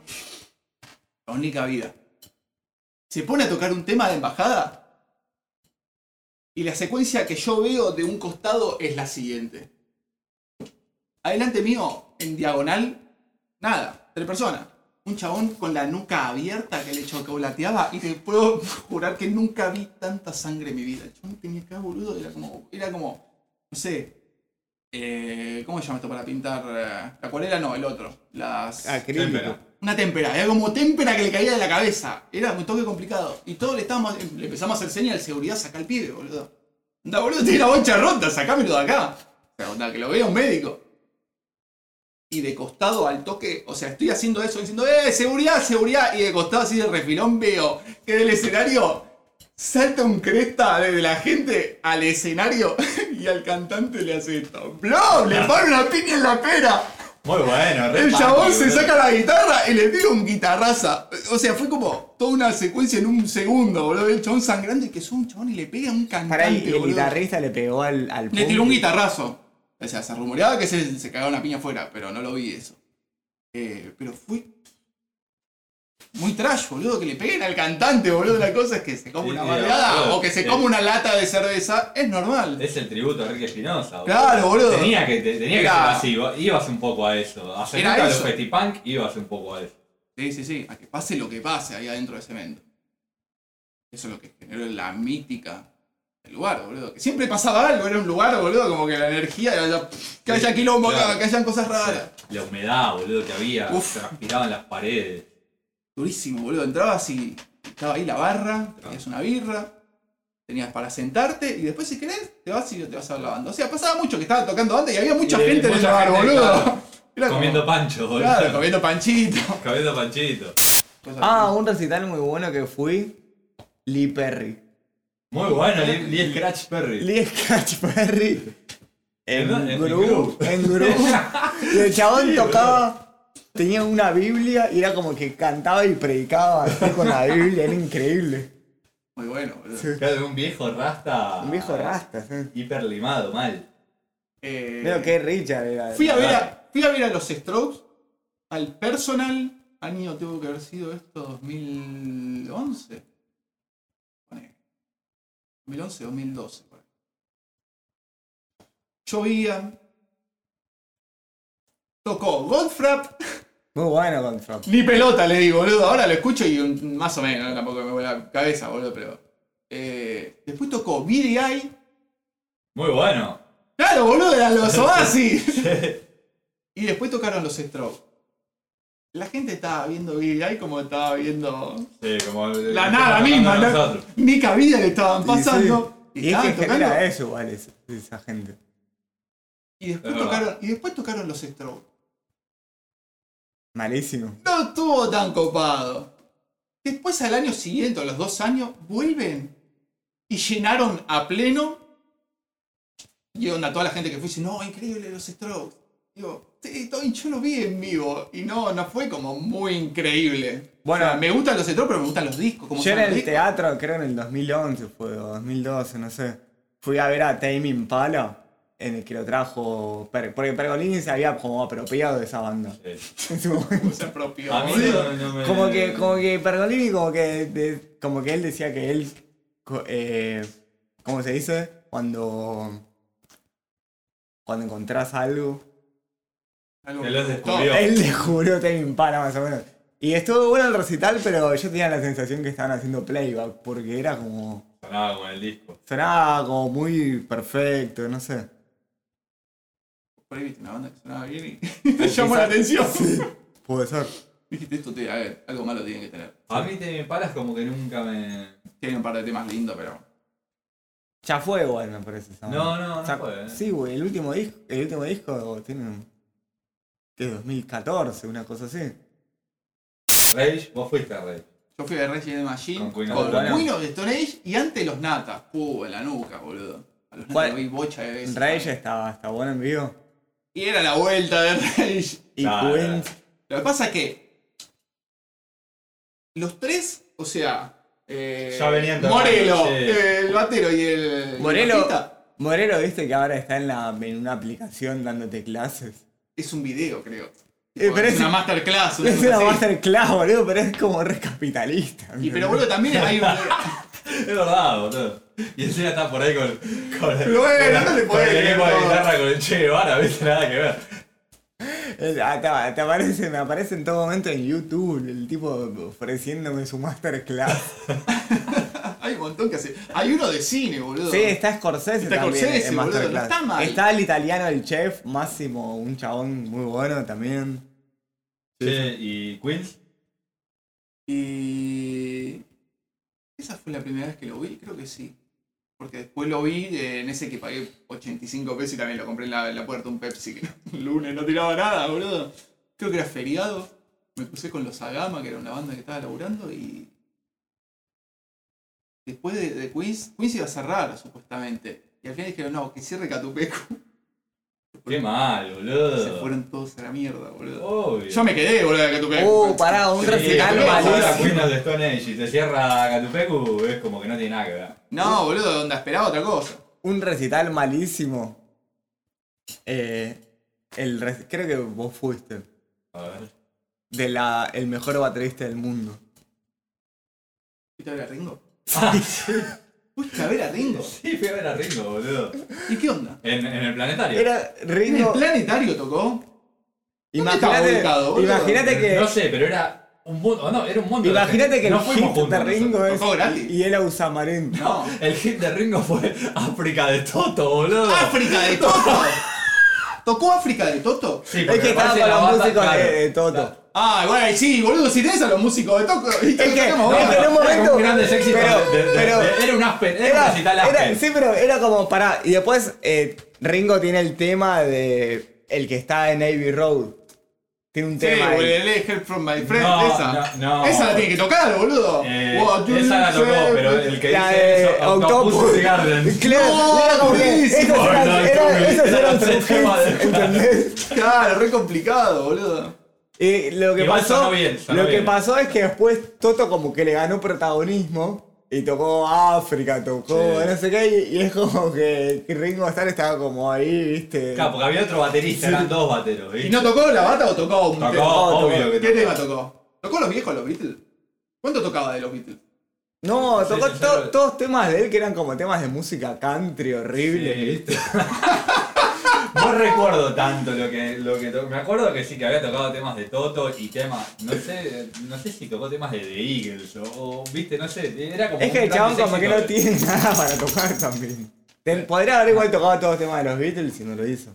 Speaker 2: La única vida. Se pone a tocar un tema de embajada. Y la secuencia que yo veo de un costado es la siguiente. Adelante mío, en diagonal, nada, tres personas. Un chabón con la nuca abierta que le chocolateaba y te puedo jurar que nunca vi tanta sangre en mi vida. El chabón tenía acá, boludo, era como, era como, no sé, eh, ¿cómo se llama esto para pintar? eh, La acuarela no, el otro. Las...
Speaker 1: Acrílico.
Speaker 3: Témpera.
Speaker 2: Una témpera, era como témpera que le caía de la cabeza. Era un toque complicado. Y todos le estábamos, le empezamos a hacer señas de seguridad, saca al pibe, boludo. Anda, boludo, tiene la bocha rota, sacámelo de acá. O sea, onda, que lo vea un médico. Y de costado al toque, o sea, estoy haciendo eso, diciendo, ¡eh, seguridad, seguridad! Y de costado así de refilón veo que del escenario salta un cresta desde la gente al escenario y al cantante le hace esto. ¡Blow! Le pone una piña en la pera.
Speaker 3: Muy bueno, re
Speaker 2: El
Speaker 3: punk,
Speaker 2: chabón se
Speaker 3: boludo.
Speaker 2: saca la guitarra y le pega un guitarraza. O sea, fue como toda una secuencia en un segundo, boludo. El chabón sangrando y que son un chabón y le pega a un cantante,
Speaker 1: Para ahí, el
Speaker 2: boludo.
Speaker 1: guitarrista le pegó al, al
Speaker 2: Le
Speaker 3: Oh.
Speaker 2: tiró un
Speaker 1: punk.
Speaker 2: guitarrazo. O sea, se rumoreaba que se, se cagaba una piña afuera, pero no lo vi eso. Eh, pero fue muy trash, boludo, que le peguen al cantante, boludo. La cosa es que se come
Speaker 3: Sí, eh.
Speaker 2: una
Speaker 3: sí,
Speaker 2: baleada
Speaker 3: boludo.
Speaker 2: o que se
Speaker 3: Sí.
Speaker 2: come una lata de cerveza. Es normal.
Speaker 3: Es el tributo a Ricky Espinosa. boludo.
Speaker 2: Claro, boludo.
Speaker 3: Tenía que, te- tenía que
Speaker 2: Era-
Speaker 3: ser así, vos ibas un poco a eso. A
Speaker 2: Era
Speaker 3: Cemento a los
Speaker 2: eso.
Speaker 3: Festipunk ibas un poco a eso.
Speaker 2: Sí, sí, sí. A que pase lo que pase ahí adentro de cemento. Eso es lo que generó la mítica del lugar, boludo. Que siempre pasaba algo, era un lugar, boludo, como que la energía, era- que haya quilombo, acá,
Speaker 3: claro.
Speaker 2: que hayan cosas raras.
Speaker 3: La humedad, boludo, que había.
Speaker 2: Uf.
Speaker 3: Transpiraban las paredes.
Speaker 2: Durísimo, boludo. Entrabas y estaba ahí la barra, tenías una birra, tenías para sentarte y después si querés te vas y te vas a la banda. O sea, pasaba mucho que estaba tocando banda y había mucha
Speaker 3: Y de-
Speaker 2: gente en el
Speaker 3: mucha
Speaker 2: bar,
Speaker 3: gente,
Speaker 2: boludo.
Speaker 3: claro.
Speaker 2: Era como-
Speaker 3: comiendo pancho, boludo.
Speaker 2: claro, comiendo panchito.
Speaker 3: Comiendo panchito.
Speaker 2: Cosas
Speaker 1: Ah,
Speaker 2: así.
Speaker 1: un recital muy bueno que fui. Lee Perry.
Speaker 3: Muy bueno, Lee, Lee Scratch Perry.
Speaker 1: Lee Scratch Perry.
Speaker 3: ¿En dónde?
Speaker 1: En
Speaker 3: En
Speaker 1: Gru.
Speaker 3: Gru.
Speaker 1: En Gru. Y el chabón
Speaker 3: Sí,
Speaker 1: tocaba. Tenía una Biblia y era como que cantaba y predicaba así con la Biblia. Era increíble.
Speaker 2: Muy bueno, boludo.
Speaker 3: Claro, un viejo rasta.
Speaker 1: Un viejo rasta. sí.
Speaker 3: Hiper limado, mal.
Speaker 2: Eh,
Speaker 1: Creo que Richard era.
Speaker 2: Fui a, ver a, fui a ver a los Strokes, al Personal, año tuvo que haber sido esto 2011. Pone, 2011, 2012. por ahí. Llovía. Tocó Goldfrapp.
Speaker 1: Muy bueno con Trump.
Speaker 2: Ni pelota le digo, boludo. Ahora lo escucho y un- más o menos, ¿no? tampoco me vuela la cabeza, boludo, pero. eh, después tocó BDI.
Speaker 3: Muy bueno.
Speaker 2: Claro, boludo, eran los Oasis. y después tocaron los Strokes. La gente estaba viendo Billy Eye como estaba viendo
Speaker 3: Sí, como el-
Speaker 2: la
Speaker 3: el-
Speaker 2: nada
Speaker 3: el-
Speaker 2: misma, ¿no?
Speaker 3: nosotros.
Speaker 2: ni cabida le estaban pasando.
Speaker 1: Y,
Speaker 2: Y,
Speaker 1: sí. y es que
Speaker 2: estaban tocando.
Speaker 1: genera eh. eso igual es- esa gente.
Speaker 2: Y después,
Speaker 3: Es verdad.
Speaker 2: tocaron, y después tocaron los Strokes.
Speaker 1: Malísimo.
Speaker 2: No estuvo tan copado. Después al año siguiente, a los dos años, vuelven y llenaron a pleno. Y onda, toda la gente que fue dice, no, increíble los Strokes. Digo, sí, Tony, yo lo vi en vivo. Y no, no fue como muy increíble.
Speaker 1: Bueno.
Speaker 2: O sea, me gustan los Strokes, pero me gustan los discos. Como
Speaker 1: Yo en
Speaker 2: son los
Speaker 1: el
Speaker 2: discos.
Speaker 1: teatro, creo en el 2011 fue, o 2012, no sé. Fui a ver a Tame Impala, en el que lo trajo. Per- porque Pergolini se había como apropiado de esa banda.
Speaker 3: Sí.
Speaker 1: En su momento.
Speaker 2: Se apropió,
Speaker 3: A mí
Speaker 2: boludo.
Speaker 3: no, no me...
Speaker 1: Como que, como que Pergolini, como que, de- como que él decía que él, co- eh, ¿cómo se dice? Cuando, cuando encontrás algo.
Speaker 2: Algo
Speaker 3: Que los
Speaker 2: me gustó.
Speaker 3: descubrió.
Speaker 1: Él le juró Tame Impala más o menos. Y estuvo bueno el recital, pero yo tenía la sensación que estaban haciendo playback, porque era como...
Speaker 3: Sonaba con el disco.
Speaker 1: Sonaba como muy perfecto, no sé.
Speaker 2: Por ahí viste una banda que sonaba bien y te llamó la atención.
Speaker 1: Puede ser.
Speaker 2: Dijiste esto, te- a ver, algo malo tienen que tener.
Speaker 3: A mí te me paras como que nunca me...
Speaker 2: Tienen un par de temas lindos, pero.
Speaker 1: Ya fue igual, me parece. esa
Speaker 3: No,
Speaker 1: banda.
Speaker 3: no, no
Speaker 1: Ya-
Speaker 3: fue, eh.
Speaker 1: Ah. Sí, güey, el último disco, el último disco tiene un- de 2014, una cosa así.
Speaker 3: Rage, vos fuiste a Rage.
Speaker 2: Yo fui de Resident Evil Machine
Speaker 3: Con
Speaker 2: con
Speaker 3: Queen
Speaker 1: of
Speaker 2: los
Speaker 1: the Stone
Speaker 2: Queen de Stone Age y antes los Natas. Uh, en la nuca, boludo. A los Natas
Speaker 1: ¿Cuál?
Speaker 2: lo vi bocha de veces.
Speaker 1: Rage estaba, está bueno en vivo.
Speaker 2: Y era la vuelta de Rage.
Speaker 1: Y
Speaker 3: Claro.
Speaker 1: Queen,
Speaker 2: Lo que pasa es que. Los tres, o sea. Eh,
Speaker 3: Ya venían tocando,
Speaker 2: Morelo,
Speaker 3: sí.
Speaker 2: el batero y el.
Speaker 1: Morelo.
Speaker 2: el bajista,
Speaker 1: Morero, viste que ahora está en, la, en una aplicación dándote clases.
Speaker 2: Es un video, creo.
Speaker 1: Eh, pero
Speaker 2: es
Speaker 1: es-
Speaker 2: una masterclass.
Speaker 1: Es
Speaker 2: cosa
Speaker 1: una
Speaker 2: así.
Speaker 1: masterclass, boludo, pero es como recapitalista.
Speaker 2: Y pero boludo, también hay un.
Speaker 3: Es verdad, boludo. Y encima está por ahí con... con
Speaker 2: Pero bueno, no le
Speaker 3: con
Speaker 2: podés
Speaker 3: el
Speaker 2: creer
Speaker 3: equipo de
Speaker 2: todo.
Speaker 3: guitarra con el Che Guevara, viste, nada que ver.
Speaker 1: Eh, ah, Te, te aparece, me aparece en todo momento en YouTube el tipo ofreciéndome su masterclass.
Speaker 2: hay un montón que hace. Hay uno de cine, boludo.
Speaker 1: Sí, está Scorsese
Speaker 2: Está
Speaker 1: también
Speaker 2: Scorsese,
Speaker 1: en
Speaker 2: boludo, no
Speaker 1: masterclass.
Speaker 2: está mal.
Speaker 1: el italiano, el chef, Máximo, un chabón muy bueno también.
Speaker 3: Che, y Queen,
Speaker 2: Y. Esa fue la primera vez que lo vi, creo que sí. Porque después lo vi eh, en ese que pagué 85 pesos y también lo compré en la, en la puerta un Pepsi. Que no- lunes no tiraba nada, boludo. Creo que era feriado. Me puse con los Agama, que era una banda que estaba laburando y. Después de, de Queens, Queens iba a cerrar supuestamente. Y al final dijeron, no, que cierre Catupecu.
Speaker 3: qué mal, boludo.
Speaker 2: Se fueron todos a la mierda, boludo.
Speaker 3: Obvio.
Speaker 2: Yo me quedé, boludo, de Catupecu.
Speaker 3: Oh,
Speaker 1: Uh, pará, un
Speaker 3: Sí,
Speaker 1: recital
Speaker 3: pero cuando la
Speaker 1: malísimo.
Speaker 3: Queen of the Stone Age y te cierra Catupecu, es como que no tiene nada que ver.
Speaker 2: No, boludo, onda, esperaba otra cosa.
Speaker 1: un recital malísimo. Eh, el rec- creo que vos fuiste.
Speaker 3: A ver.
Speaker 1: De la, el mejor baterista del mundo.
Speaker 2: ¿Fuiste a ver a Ringo? ¿Fuiste a ver a Ringo?
Speaker 3: Sí, fui a ver a Ringo, boludo.
Speaker 2: ¿Y qué onda?
Speaker 3: En, en el planetario.
Speaker 1: Era
Speaker 2: ¿En el
Speaker 1: Ringo.
Speaker 2: planetario tocó? estaba
Speaker 1: Imagínate
Speaker 2: ubicado, boludo?
Speaker 1: imagínate que.
Speaker 3: No sé, pero era un mundo. No, era un mundo. de
Speaker 1: Imagínate
Speaker 3: gente.
Speaker 1: que
Speaker 3: no
Speaker 1: el
Speaker 3: fuimos
Speaker 1: hit
Speaker 3: juntos
Speaker 1: de Ringo
Speaker 3: nosotros.
Speaker 1: es.
Speaker 2: Tocó gratis.
Speaker 1: Y él a Usamarín.
Speaker 2: No.
Speaker 3: El hit de Ringo fue África de Toto, boludo.
Speaker 1: Ah,
Speaker 2: ¡África de Toto! ¿Tocó África de Toto?
Speaker 3: Sí,
Speaker 1: Es que estaba
Speaker 3: estaba
Speaker 1: con los músicos de, de Toto.
Speaker 2: Ah, bueno, y sí, boludo, si tenés a los músicos de Toto. Y
Speaker 1: Es que-
Speaker 2: tocamos,
Speaker 1: es
Speaker 2: bueno.
Speaker 1: que en un momento-
Speaker 3: Un grande sexy,
Speaker 1: pero-
Speaker 3: de- de- de-
Speaker 1: pero-
Speaker 3: de- era un aspen. Era, un
Speaker 1: Era,
Speaker 3: recital
Speaker 1: era-
Speaker 3: aspen.
Speaker 1: sí, pero era como para. Y después eh, Ringo tiene el tema de. El que está en Abbey Road. Tiene un
Speaker 2: Sí,
Speaker 1: tema. ahí.
Speaker 2: boludo, el Help from my friend,
Speaker 3: No,
Speaker 2: esa.
Speaker 3: no, no.
Speaker 2: Esa la tiene que tocar, boludo.
Speaker 3: Eh,
Speaker 2: What you
Speaker 3: esa la tocó,
Speaker 2: say.
Speaker 3: pero el que
Speaker 1: La
Speaker 3: dice
Speaker 1: de
Speaker 3: eso, Octopus
Speaker 1: Octopus.
Speaker 3: Garden.
Speaker 1: Claro,
Speaker 2: No,
Speaker 1: era como que
Speaker 2: buenísimo.
Speaker 1: esos eran-
Speaker 3: No,
Speaker 1: eran-
Speaker 3: no,
Speaker 1: esos
Speaker 3: no,
Speaker 1: eran
Speaker 3: no,
Speaker 1: sus
Speaker 3: no,
Speaker 1: hits,
Speaker 3: no, no.
Speaker 1: ¿entendés?
Speaker 2: Claro, re complicado, boludo.
Speaker 1: Y lo que
Speaker 3: Igual
Speaker 1: pasó,
Speaker 3: sonó bien, sonó
Speaker 1: lo que
Speaker 3: bien.
Speaker 1: pasó es que después Toto como que le ganó protagonismo y tocó África, tocó
Speaker 3: Sí.
Speaker 1: no sé qué y, y es como que Ringo Starr estaba como ahí, ¿viste?
Speaker 3: Claro, porque había otro baterista, eran dos bateros.
Speaker 2: ¿Y
Speaker 3: ¿viste?
Speaker 2: no tocó la bata o tocó un
Speaker 3: Tocó,
Speaker 2: tema?
Speaker 3: obvio que
Speaker 2: ¿Qué
Speaker 3: tocó.
Speaker 2: tema tocó? ¿Tocó los viejos, los Beatles? ¿Cuánto tocaba de los Beatles?
Speaker 1: No,
Speaker 3: Sí,
Speaker 1: tocó
Speaker 3: sí, sí,
Speaker 1: to-
Speaker 3: sí.
Speaker 1: todos temas de él que eran como temas de música country horrible.
Speaker 3: Sí, ¿viste? no recuerdo tanto lo que, lo que to- Me acuerdo que sí, que había tocado temas de Toto y temas. No sé, no sé si tocó temas de The Eagles o, o, viste, no sé. Era como
Speaker 1: Es que
Speaker 3: un
Speaker 1: el chabón
Speaker 3: gran
Speaker 1: como que no
Speaker 3: éxito.
Speaker 1: tiene nada para tocar también. Ten- Podría haber igual tocado todos los temas de los Beatles si no lo hizo.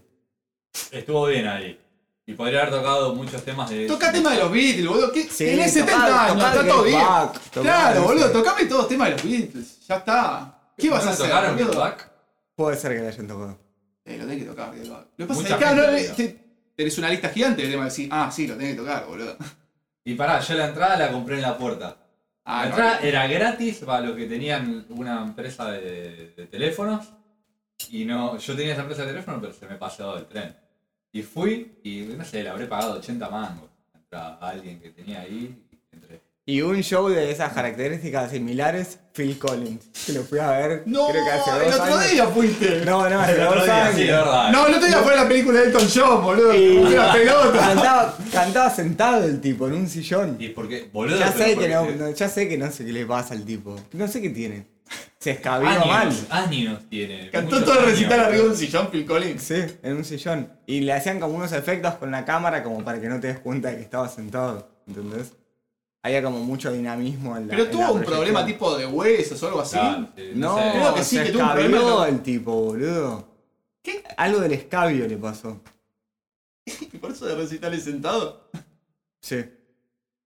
Speaker 3: Estuvo bien ahí. Y podría haber tocado muchos temas de.
Speaker 2: Toca temas de los Beatles, boludo. ¿Qué?
Speaker 1: Sí,
Speaker 2: Tenés
Speaker 1: tocá-
Speaker 2: 70 años,
Speaker 1: tocá
Speaker 2: está
Speaker 1: Get
Speaker 2: todo bien.
Speaker 1: Back, tocá
Speaker 2: claro,
Speaker 1: eso.
Speaker 2: boludo, tocame todos temas de los Beatles. Ya está. ¿Qué
Speaker 3: ¿No
Speaker 2: vas a
Speaker 3: le
Speaker 2: hacer?
Speaker 3: tocaron
Speaker 2: boludo?
Speaker 3: Get Back?
Speaker 1: Puede ser que le hayan tocado.
Speaker 2: Eh, lo tenés que tocar, Get Back. Lo que pasa
Speaker 3: Mucha
Speaker 2: es que claro, eh,
Speaker 3: gente lo
Speaker 2: te- tenés una lista gigante de temas que decís, ah, sí, lo tenés que tocar, boludo.
Speaker 3: Y pará, yo la entrada la compré en la puerta.
Speaker 2: Ah,
Speaker 3: la
Speaker 2: no.
Speaker 3: entrada era gratis para los que tenían una empresa de, de teléfonos. Y no, yo tenía esa empresa de teléfono, pero se me pasó el tren. Y fui y no sé, le habré pagado 80 mangos la entrada a alguien que tenía ahí. y entré.
Speaker 1: Y un show de esas características similares, Phil Collins. Que lo fui a ver,
Speaker 2: No,
Speaker 1: eh, creo que hace dos
Speaker 2: el otro
Speaker 1: años.
Speaker 2: día fuiste. No,
Speaker 1: No, no, hace
Speaker 3: El otro
Speaker 1: dos
Speaker 3: día, sí, de
Speaker 1: años.
Speaker 3: verdad.
Speaker 2: el otro día fue la película de Elton John, boludo.
Speaker 1: Y-
Speaker 2: que la pelota.
Speaker 1: Cantaba, cantaba sentado el tipo en un sillón.
Speaker 3: Y porque, boludo,
Speaker 1: Ya
Speaker 3: pero
Speaker 1: sé, que
Speaker 3: porque-
Speaker 1: no, no- ya sé que no sé qué le pasa al tipo. No sé qué tiene. Se escabió mal.
Speaker 3: años, años tiene.
Speaker 2: Cantó
Speaker 3: muchos
Speaker 2: todo el
Speaker 3: años,
Speaker 2: recital arriba de
Speaker 3: boludo.
Speaker 2: un sillón, Phil Collins.
Speaker 1: Sí, en un sillón. Y le hacían como unos efectos con la cámara como para que no te des cuenta de que estaba sentado. ¿Entendés? Había como mucho dinamismo en la
Speaker 2: Pero
Speaker 1: en la
Speaker 2: tuvo un problema
Speaker 1: proyección.
Speaker 2: tipo de huesos o algo así.
Speaker 3: Claro, sí,
Speaker 1: No,
Speaker 3: sé.
Speaker 2: creo que sí,
Speaker 1: se
Speaker 2: que tuvo un problema
Speaker 1: escabió
Speaker 2: con-
Speaker 1: el tipo, boludo.
Speaker 2: ¿Qué?
Speaker 1: Algo del escabio le pasó.
Speaker 2: Y por eso de recitales sentado.
Speaker 1: Sí.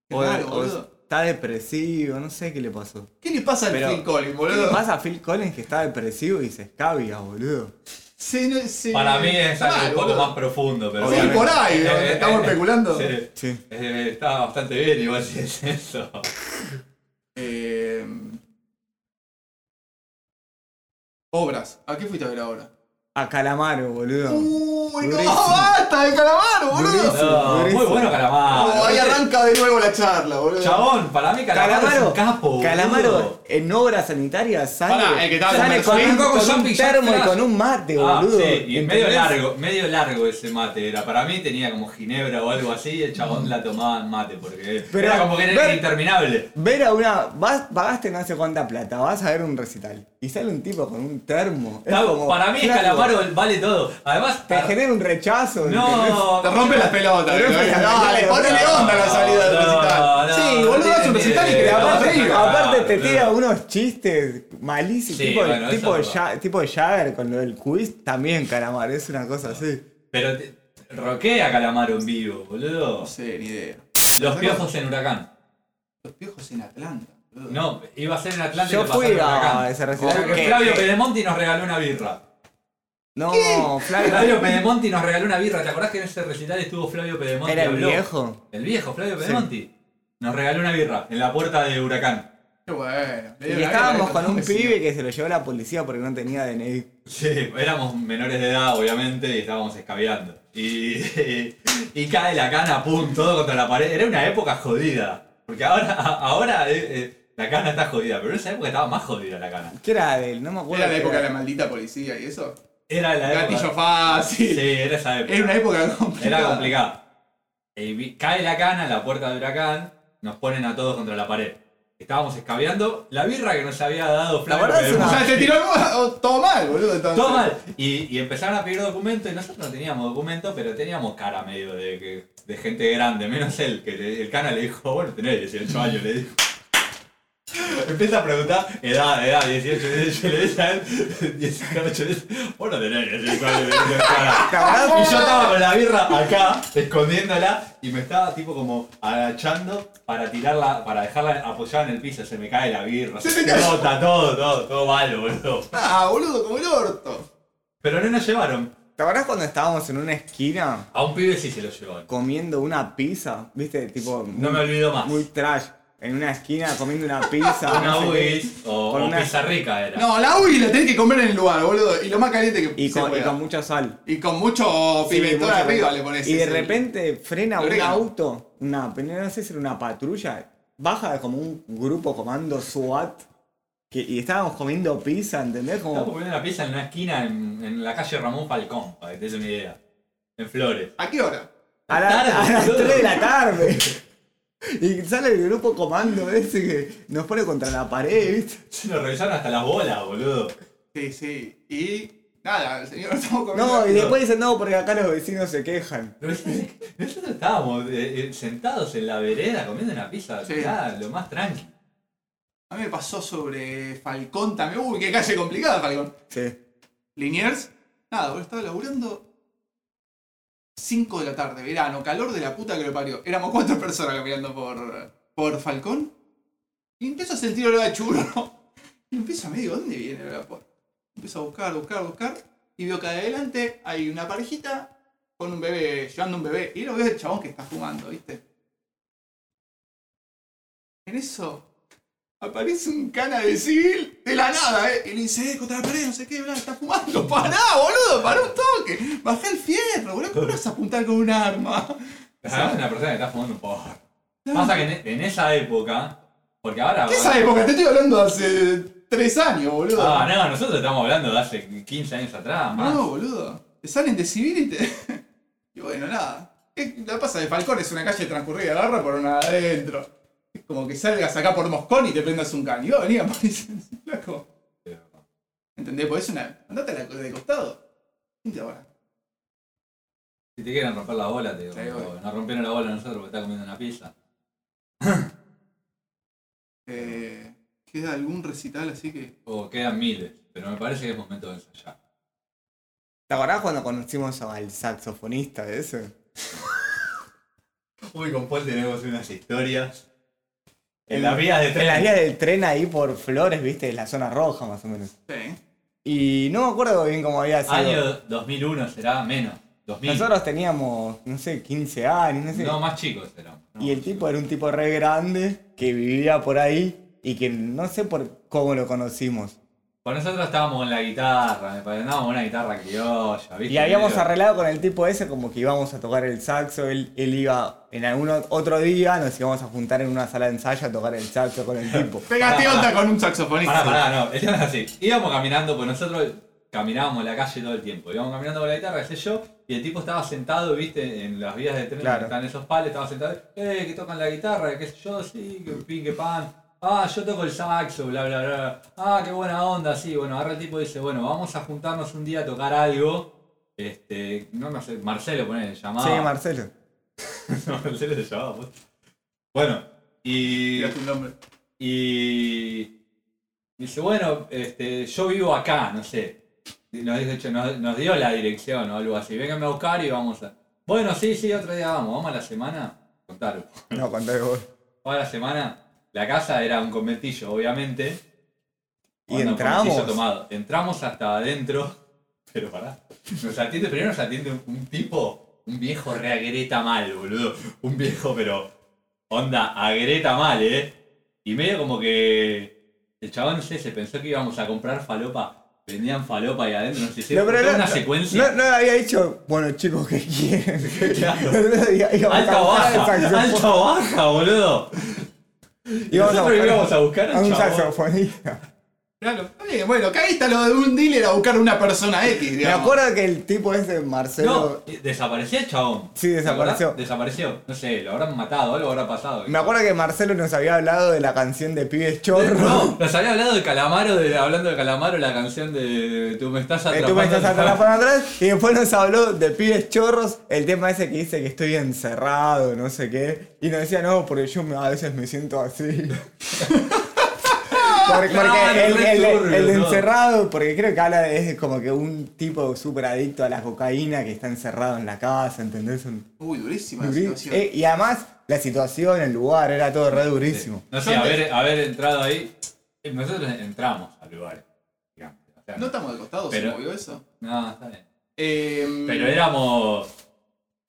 Speaker 2: Qué raro, boludo.
Speaker 1: está depresivo, no sé qué le pasó.
Speaker 2: ¿Qué le pasa al
Speaker 1: Pero-
Speaker 2: Phil Collins,
Speaker 1: ¿Qué le
Speaker 2: boludo?
Speaker 1: pasa a Phil Collins que está depresivo y se escabia, boludo?
Speaker 2: Se- no- se-
Speaker 3: Para mí es algo
Speaker 2: Mal,
Speaker 3: un poco
Speaker 2: boludo.
Speaker 3: más profundo, pero.
Speaker 2: Sí,
Speaker 1: Obviamente.
Speaker 2: por ahí,
Speaker 3: Eh,
Speaker 2: donde
Speaker 3: eh,
Speaker 2: estamos
Speaker 3: eh,
Speaker 2: especulando.
Speaker 3: Sí.
Speaker 1: Sí.
Speaker 3: Eh, está bastante bien igual si es eso.
Speaker 2: Eh, obras. ¿A qué fuiste a ver ahora?
Speaker 1: A Calamaro, boludo.
Speaker 3: Uh,
Speaker 2: ¡Uy, no!
Speaker 1: Durísimo.
Speaker 2: ¡Basta de calamar, boludo!
Speaker 1: Durísimo.
Speaker 3: No, muy
Speaker 1: durísimo.
Speaker 3: bueno Calamaro.
Speaker 2: Oh, ahí arranca de nuevo la charla, boludo.
Speaker 3: Chabón, para mí Calamaro, es un capo. boludo.
Speaker 1: Calamaro en obras sanitarias sale,
Speaker 2: Pará, el que estaba
Speaker 1: sale
Speaker 2: con
Speaker 1: con, un,
Speaker 2: Mercedes.
Speaker 1: con
Speaker 3: Con
Speaker 1: un
Speaker 3: Jumping Jack
Speaker 1: termo y
Speaker 3: atrás.
Speaker 1: con un mate,
Speaker 3: Ah,
Speaker 1: boludo.
Speaker 3: sí, y medio
Speaker 1: ¿Entendés?
Speaker 3: largo, medio largo ese mate era. Para mí tenía como ginebra o algo así y el chabón la tomaba en mate porque
Speaker 1: Pero,
Speaker 3: era como que era
Speaker 1: ver-
Speaker 3: interminable.
Speaker 1: Ver a una. Vas, pagaste no sé cuánta plata, vas a ver un recital. Y sale un tipo con un termo. Es
Speaker 3: Claro,
Speaker 1: como,
Speaker 3: para mí
Speaker 1: flaco,
Speaker 3: Calamaro vale todo. Además,
Speaker 1: Te genera un rechazo. ¿entendés?
Speaker 3: no,
Speaker 2: Te rompe las pelotas,
Speaker 1: Pero
Speaker 2: boludo.
Speaker 1: es que-
Speaker 2: Dale, ponele
Speaker 3: No,
Speaker 2: onda a la salida del
Speaker 3: no,
Speaker 2: recital.
Speaker 3: no,
Speaker 2: sí,
Speaker 3: no
Speaker 2: boludo, es un
Speaker 3: tiene
Speaker 2: recital y
Speaker 3: idea.
Speaker 2: que la vas
Speaker 3: Aparte-
Speaker 2: arriba.
Speaker 1: Aparte te
Speaker 3: Claro,
Speaker 1: tira
Speaker 3: claro.
Speaker 1: unos chistes malísimos,
Speaker 3: Sí,
Speaker 1: tipo,
Speaker 3: bueno, eso
Speaker 1: tipo,
Speaker 3: es verdad.
Speaker 1: Ja- tipo Jagger con lo del quiz, también Calamar, es una cosa así.
Speaker 3: Pero te, roquea Calamaro en vivo, boludo.
Speaker 2: No sé, ni idea.
Speaker 3: Los piojos en huracán.
Speaker 2: Los piojos en Atlanta, boludo.
Speaker 3: No, iba a ser en Atlántico.
Speaker 1: Yo fui a ese recital.
Speaker 3: Porque
Speaker 1: que-
Speaker 3: Flavio
Speaker 1: que-
Speaker 3: Pedemonti nos regaló una birra.
Speaker 1: No,
Speaker 3: Flavio
Speaker 1: Flavio.
Speaker 3: Pedemonti nos regaló una birra. ¿Te acordás que en ese recital estuvo Flavio Pedemonti?
Speaker 1: Era el
Speaker 3: Habló.
Speaker 1: viejo.
Speaker 3: El viejo, Flavio Pedemonti. Nos regaló una birra en la puerta de Huracán.
Speaker 2: Qué bueno.
Speaker 1: Y estábamos con un pibe que se lo llevó la policía porque no tenía DNI.
Speaker 3: Sí, éramos menores de edad, obviamente, y estábamos escabeando. Y, y cae la cana, pum, todo contra la pared. Era una época jodida. Porque ahora, ahora eh, eh, la cana está jodida, pero en esa época estaba más jodida la cana.
Speaker 1: ¿Qué era de él? No me acuerdo.
Speaker 2: Era la
Speaker 1: qué
Speaker 2: época de la maldita policía y eso.
Speaker 3: Era la
Speaker 2: Gatillo
Speaker 3: época.
Speaker 2: fácil.
Speaker 3: Sí, era esa época.
Speaker 2: Era una época complicada.
Speaker 3: Era complicado. Eh, vi- cae la cana, la puerta de huracán, nos ponen a todos contra la pared. Estábamos escabeando la birra que nos había dado
Speaker 1: La
Speaker 3: Flavio.
Speaker 1: verdad es
Speaker 3: Pedro.
Speaker 2: O
Speaker 1: una-
Speaker 2: sea, te tiró algo- todo mal, boludo. Entonces.
Speaker 3: Todo mal. Y, y empezaron a pedir documentos y nosotros no teníamos documentos, pero teníamos cara medio de, que- de gente grande, menos él, que le- el cana le dijo, bueno, tenés 18 años, le dijo. Empieza a preguntar, edad, edad, 18, 18, le dice a él, 18, le dice, vos no tenés 18 años, le dice el cana.
Speaker 1: ¿Te acordás?
Speaker 3: Y yo estaba con la birra acá, escondiéndola, y me estaba tipo como agachando para tirarla, para dejarla apoyada en el piso. Se me cae la birra,
Speaker 2: Se
Speaker 3: se,
Speaker 2: te
Speaker 3: me
Speaker 2: cae.
Speaker 3: bota, todo, todo, todo malo, boludo.
Speaker 2: Ah, boludo, como el orto.
Speaker 3: Pero no nos llevaron.
Speaker 1: ¿Te acordás cuando estábamos en una esquina
Speaker 3: A un pibe sí se lo llevaron.
Speaker 1: comiendo una pizza? ¿Viste? Tipo.
Speaker 3: No
Speaker 1: muy-
Speaker 3: me olvido más.
Speaker 1: Muy trash. En una esquina comiendo una pizza.
Speaker 3: Una
Speaker 1: no sé qué.
Speaker 3: UIS o,
Speaker 1: Con
Speaker 3: o
Speaker 1: una-
Speaker 3: pizza rica era.
Speaker 2: No, la uy la tenés que comer en el lugar, boludo. Y lo más caliente que
Speaker 1: Y
Speaker 2: se
Speaker 1: con, y
Speaker 2: pueda.
Speaker 1: con mucha sal.
Speaker 2: Y con mucho
Speaker 1: Sí,
Speaker 2: pimentón
Speaker 1: mucha
Speaker 2: arriba
Speaker 1: sal.
Speaker 2: le pones.
Speaker 1: Y de
Speaker 2: ese-
Speaker 1: repente frena
Speaker 2: Lo
Speaker 1: un
Speaker 2: orégano.
Speaker 1: auto, una, no sé si era una patrulla, baja como un grupo comando SWAT que, y estábamos comiendo pizza, ¿entendés?
Speaker 3: Estaba
Speaker 1: Como,
Speaker 3: comiendo una pizza en una esquina en, en la calle Ramón Falcón, para que te des una idea. En Flores.
Speaker 2: ¿A qué hora?
Speaker 1: a, la-
Speaker 3: tarde,
Speaker 1: a las
Speaker 3: boludo.
Speaker 1: 3 de la tarde. Y sale el grupo comando ese que nos pone contra la pared, ¿viste?
Speaker 3: Se lo revisaron hasta las bolas, boludo.
Speaker 2: Sí, sí. Y nada, el señor estamos comiendo.
Speaker 1: No, y
Speaker 2: aquí.
Speaker 1: después dicen, no, porque acá los vecinos se quejan.
Speaker 3: Nosotros estábamos eh, eh, sentados en la vereda comiendo una pizza,
Speaker 2: Sí.
Speaker 3: nada, lo más tranqui.
Speaker 2: A mí me pasó sobre Falcón también. Uy, qué calle complicada, Falcón.
Speaker 1: Sí.
Speaker 2: Liniers. Nada, boludo, estaba laburando. 5 de la tarde, verano, calor de la puta que lo parió. Éramos cuatro personas caminando por, por Falcón. Y empiezo a sentir olor a churro. Y empiezo a medio, ¿dónde viene el olor a porro? Empiezo a buscar, buscar, buscar. Y veo que adelante hay una parejita con un bebé, llevando un bebé. Y lo veo el chabón que está fumando, ¿viste? En eso aparece un cana de civil de la nada, ¿eh? Y le dice, eh, contra la pared, no sé qué, bla, está fumando. Pará, boludo, pará un toque. Bajá el fierro, boludo. ¿Cómo no vas a apuntar con un arma?
Speaker 3: Además, una persona que está fumando un porro. Pasa que en, en esa época, porque ahora.
Speaker 2: ¿Qué esa época? Te estoy hablando hace tres años, boludo.
Speaker 3: Ah, no, nosotros estamos hablando de hace 15 años atrás, más.
Speaker 2: No, boludo. Te salen de civil y te. Y bueno, nada. Es- La pasa de Falcón es una calle transcurrida, agarra por una de adentro. Es como que salgas acá por Moscón y te prendas un can. Y vos venía por flaco. ¿Entendés? Porque es una. Andate a la- de costado. Vente ahora.
Speaker 3: Si te quieren romper la bola, te digo.
Speaker 2: Ahí voy.
Speaker 3: Nos rompieron la bola a nosotros porque está comiendo una pizza.
Speaker 2: Eh, ¿Queda algún recital así que.?
Speaker 3: O quedan miles, pero me parece que es momento de ensayar.
Speaker 1: ¿Te acordás cuando conocimos al saxofonista de ese?
Speaker 3: Uy, con Paul tenemos unas historias. En las vías de
Speaker 1: En las
Speaker 3: tren.
Speaker 1: vías del tren ahí por Flores, viste, la zona roja más o menos.
Speaker 2: Sí.
Speaker 1: Y no me acuerdo bien cómo había sido.
Speaker 3: Año 2001 será menos. 2000.
Speaker 1: Nosotros teníamos, no sé, 15 años, no sé.
Speaker 3: No, más chicos serán.
Speaker 1: y el tipo era un tipo re grande que vivía por ahí y que no sé por cómo lo conocimos.
Speaker 3: Pues nosotros estábamos con la guitarra, me parece. Andábamos con una guitarra criolla, ¿viste?
Speaker 1: Y habíamos
Speaker 3: Medio-
Speaker 1: arreglado con el tipo ese como que íbamos a tocar el saxo, él, él iba en algún otro día, nos íbamos a juntar en una sala de ensayo a tocar el saxo con el tipo.
Speaker 2: Pegaste
Speaker 3: Pará,
Speaker 2: onda con un
Speaker 3: Pará,
Speaker 2: saxofonista.
Speaker 3: pará, no. El tema es así. Íbamos caminando, pues nosotros caminábamos la calle todo el tiempo. Íbamos caminando con la guitarra, qué sé yo, y el tipo estaba sentado, viste, en las vías de tren,
Speaker 1: Claro.
Speaker 3: donde están esos pales, estaba sentado, eh, que tocan la guitarra, qué sé yo, sí, que pin, que pan. Ah, yo toco el saxo, bla, bla, bla. Ah, qué buena onda, sí. Bueno, ahora el tipo dice, bueno, vamos a juntarnos un día a tocar algo. Este, no, no sé, Marcelo, pone, llamaba.
Speaker 1: Sí, Marcelo.
Speaker 3: Marcelo se llamaba, pues. Bueno, y...
Speaker 2: Tiraste un nombre.
Speaker 3: Y dice, bueno, este, yo vivo acá, no sé. Y Nos, dice, che, nos, nos dio la dirección o algo así. Vénganme a buscar y vamos a... Bueno, sí, sí, otro día vamos. Vamos a la semana. Contarlo.
Speaker 1: No, contá vos.
Speaker 3: Vamos a la semana. La casa era un conventillo, obviamente.
Speaker 1: Y
Speaker 3: Bueno,
Speaker 1: entramos.
Speaker 3: conventillo tomado. Entramos hasta adentro. Pero pará. Nos atiende, primero nos atiende un, un tipo, un viejo re agreta mal, boludo. Un viejo, pero onda, agreta mal, ¿eh? Y medio como que el chabón, no sé, se pensó que íbamos a comprar falopa. Vendían falopa y adentro, no sé, si
Speaker 1: No, pero no,
Speaker 3: una
Speaker 1: no,
Speaker 3: secuencia.
Speaker 1: No, no había dicho, bueno chicos, ¿qué quieren?
Speaker 3: Claro.
Speaker 1: No, iba- íbamos
Speaker 3: alta
Speaker 1: a
Speaker 3: o
Speaker 1: buscar
Speaker 3: baja,
Speaker 1: al saxofón-
Speaker 3: alta o baja, boludo. Y
Speaker 1: íbamos a
Speaker 3: nosotros
Speaker 1: buscar
Speaker 3: íbamos a buscar
Speaker 1: a
Speaker 3: al
Speaker 1: un
Speaker 3: chabón.
Speaker 1: saxofonista.
Speaker 2: Claro, está bien. Bueno, caíste a lo de un dealer a buscar una persona X,
Speaker 1: Me
Speaker 2: digamos.
Speaker 1: acuerdo que el tipo ese, Marcelo,
Speaker 3: No, eh, desapareció el chabón.
Speaker 1: Sí, desapareció.
Speaker 3: ¿Verdad? Desapareció. No sé, lo habrán matado, algo habrá pasado.
Speaker 1: me acuerdo que Marcelo nos había hablado de la canción de Pibes Chorro.
Speaker 3: No, nos había hablado de Calamaro, de, hablando de Calamaro, la canción de, de Tú me estás
Speaker 1: Eh,
Speaker 3: atrapando.
Speaker 1: tú me estás atrapando atrás y después nos habló de pibes chorros, el tema ese que dice que estoy encerrado, no sé qué, y nos decía, no, porque yo me- a veces me siento así. Porque,
Speaker 3: Claro,
Speaker 1: porque el,
Speaker 3: re
Speaker 1: el-
Speaker 3: turbio,
Speaker 1: el de
Speaker 3: ¿no?
Speaker 1: encerrado, porque creo que habla de es como que un tipo súper adicto a la cocaína que está encerrado en la casa, ¿entendés? Un-
Speaker 2: Uy, durísima la
Speaker 1: duri-
Speaker 2: situación.
Speaker 1: eh, y además la situación, el lugar, era todo re durísimo.
Speaker 3: No sé, haber, haber entrado ahí. Eh, Nosotros entramos al lugar. digamos. O sea,
Speaker 2: No estamos de costado,
Speaker 3: Pero-
Speaker 2: se movió eso.
Speaker 3: no, está bien.
Speaker 2: Eh,
Speaker 3: Pero éramos.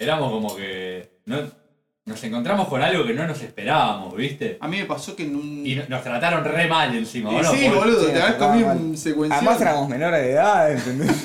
Speaker 3: Éramos como que. no- nos encontramos con algo que no nos esperábamos, ¿viste?
Speaker 2: a mí me pasó que en un.
Speaker 3: Y no- nos trataron re mal encima,
Speaker 2: Y
Speaker 3: ¿o no?
Speaker 2: sí,
Speaker 3: Porque-
Speaker 2: boludo,
Speaker 1: Sí,
Speaker 2: te
Speaker 1: nos
Speaker 2: habías
Speaker 1: tocaba
Speaker 2: comido
Speaker 1: mal.
Speaker 2: un secuencial.
Speaker 1: Además éramos menores de edad, ¿entendés?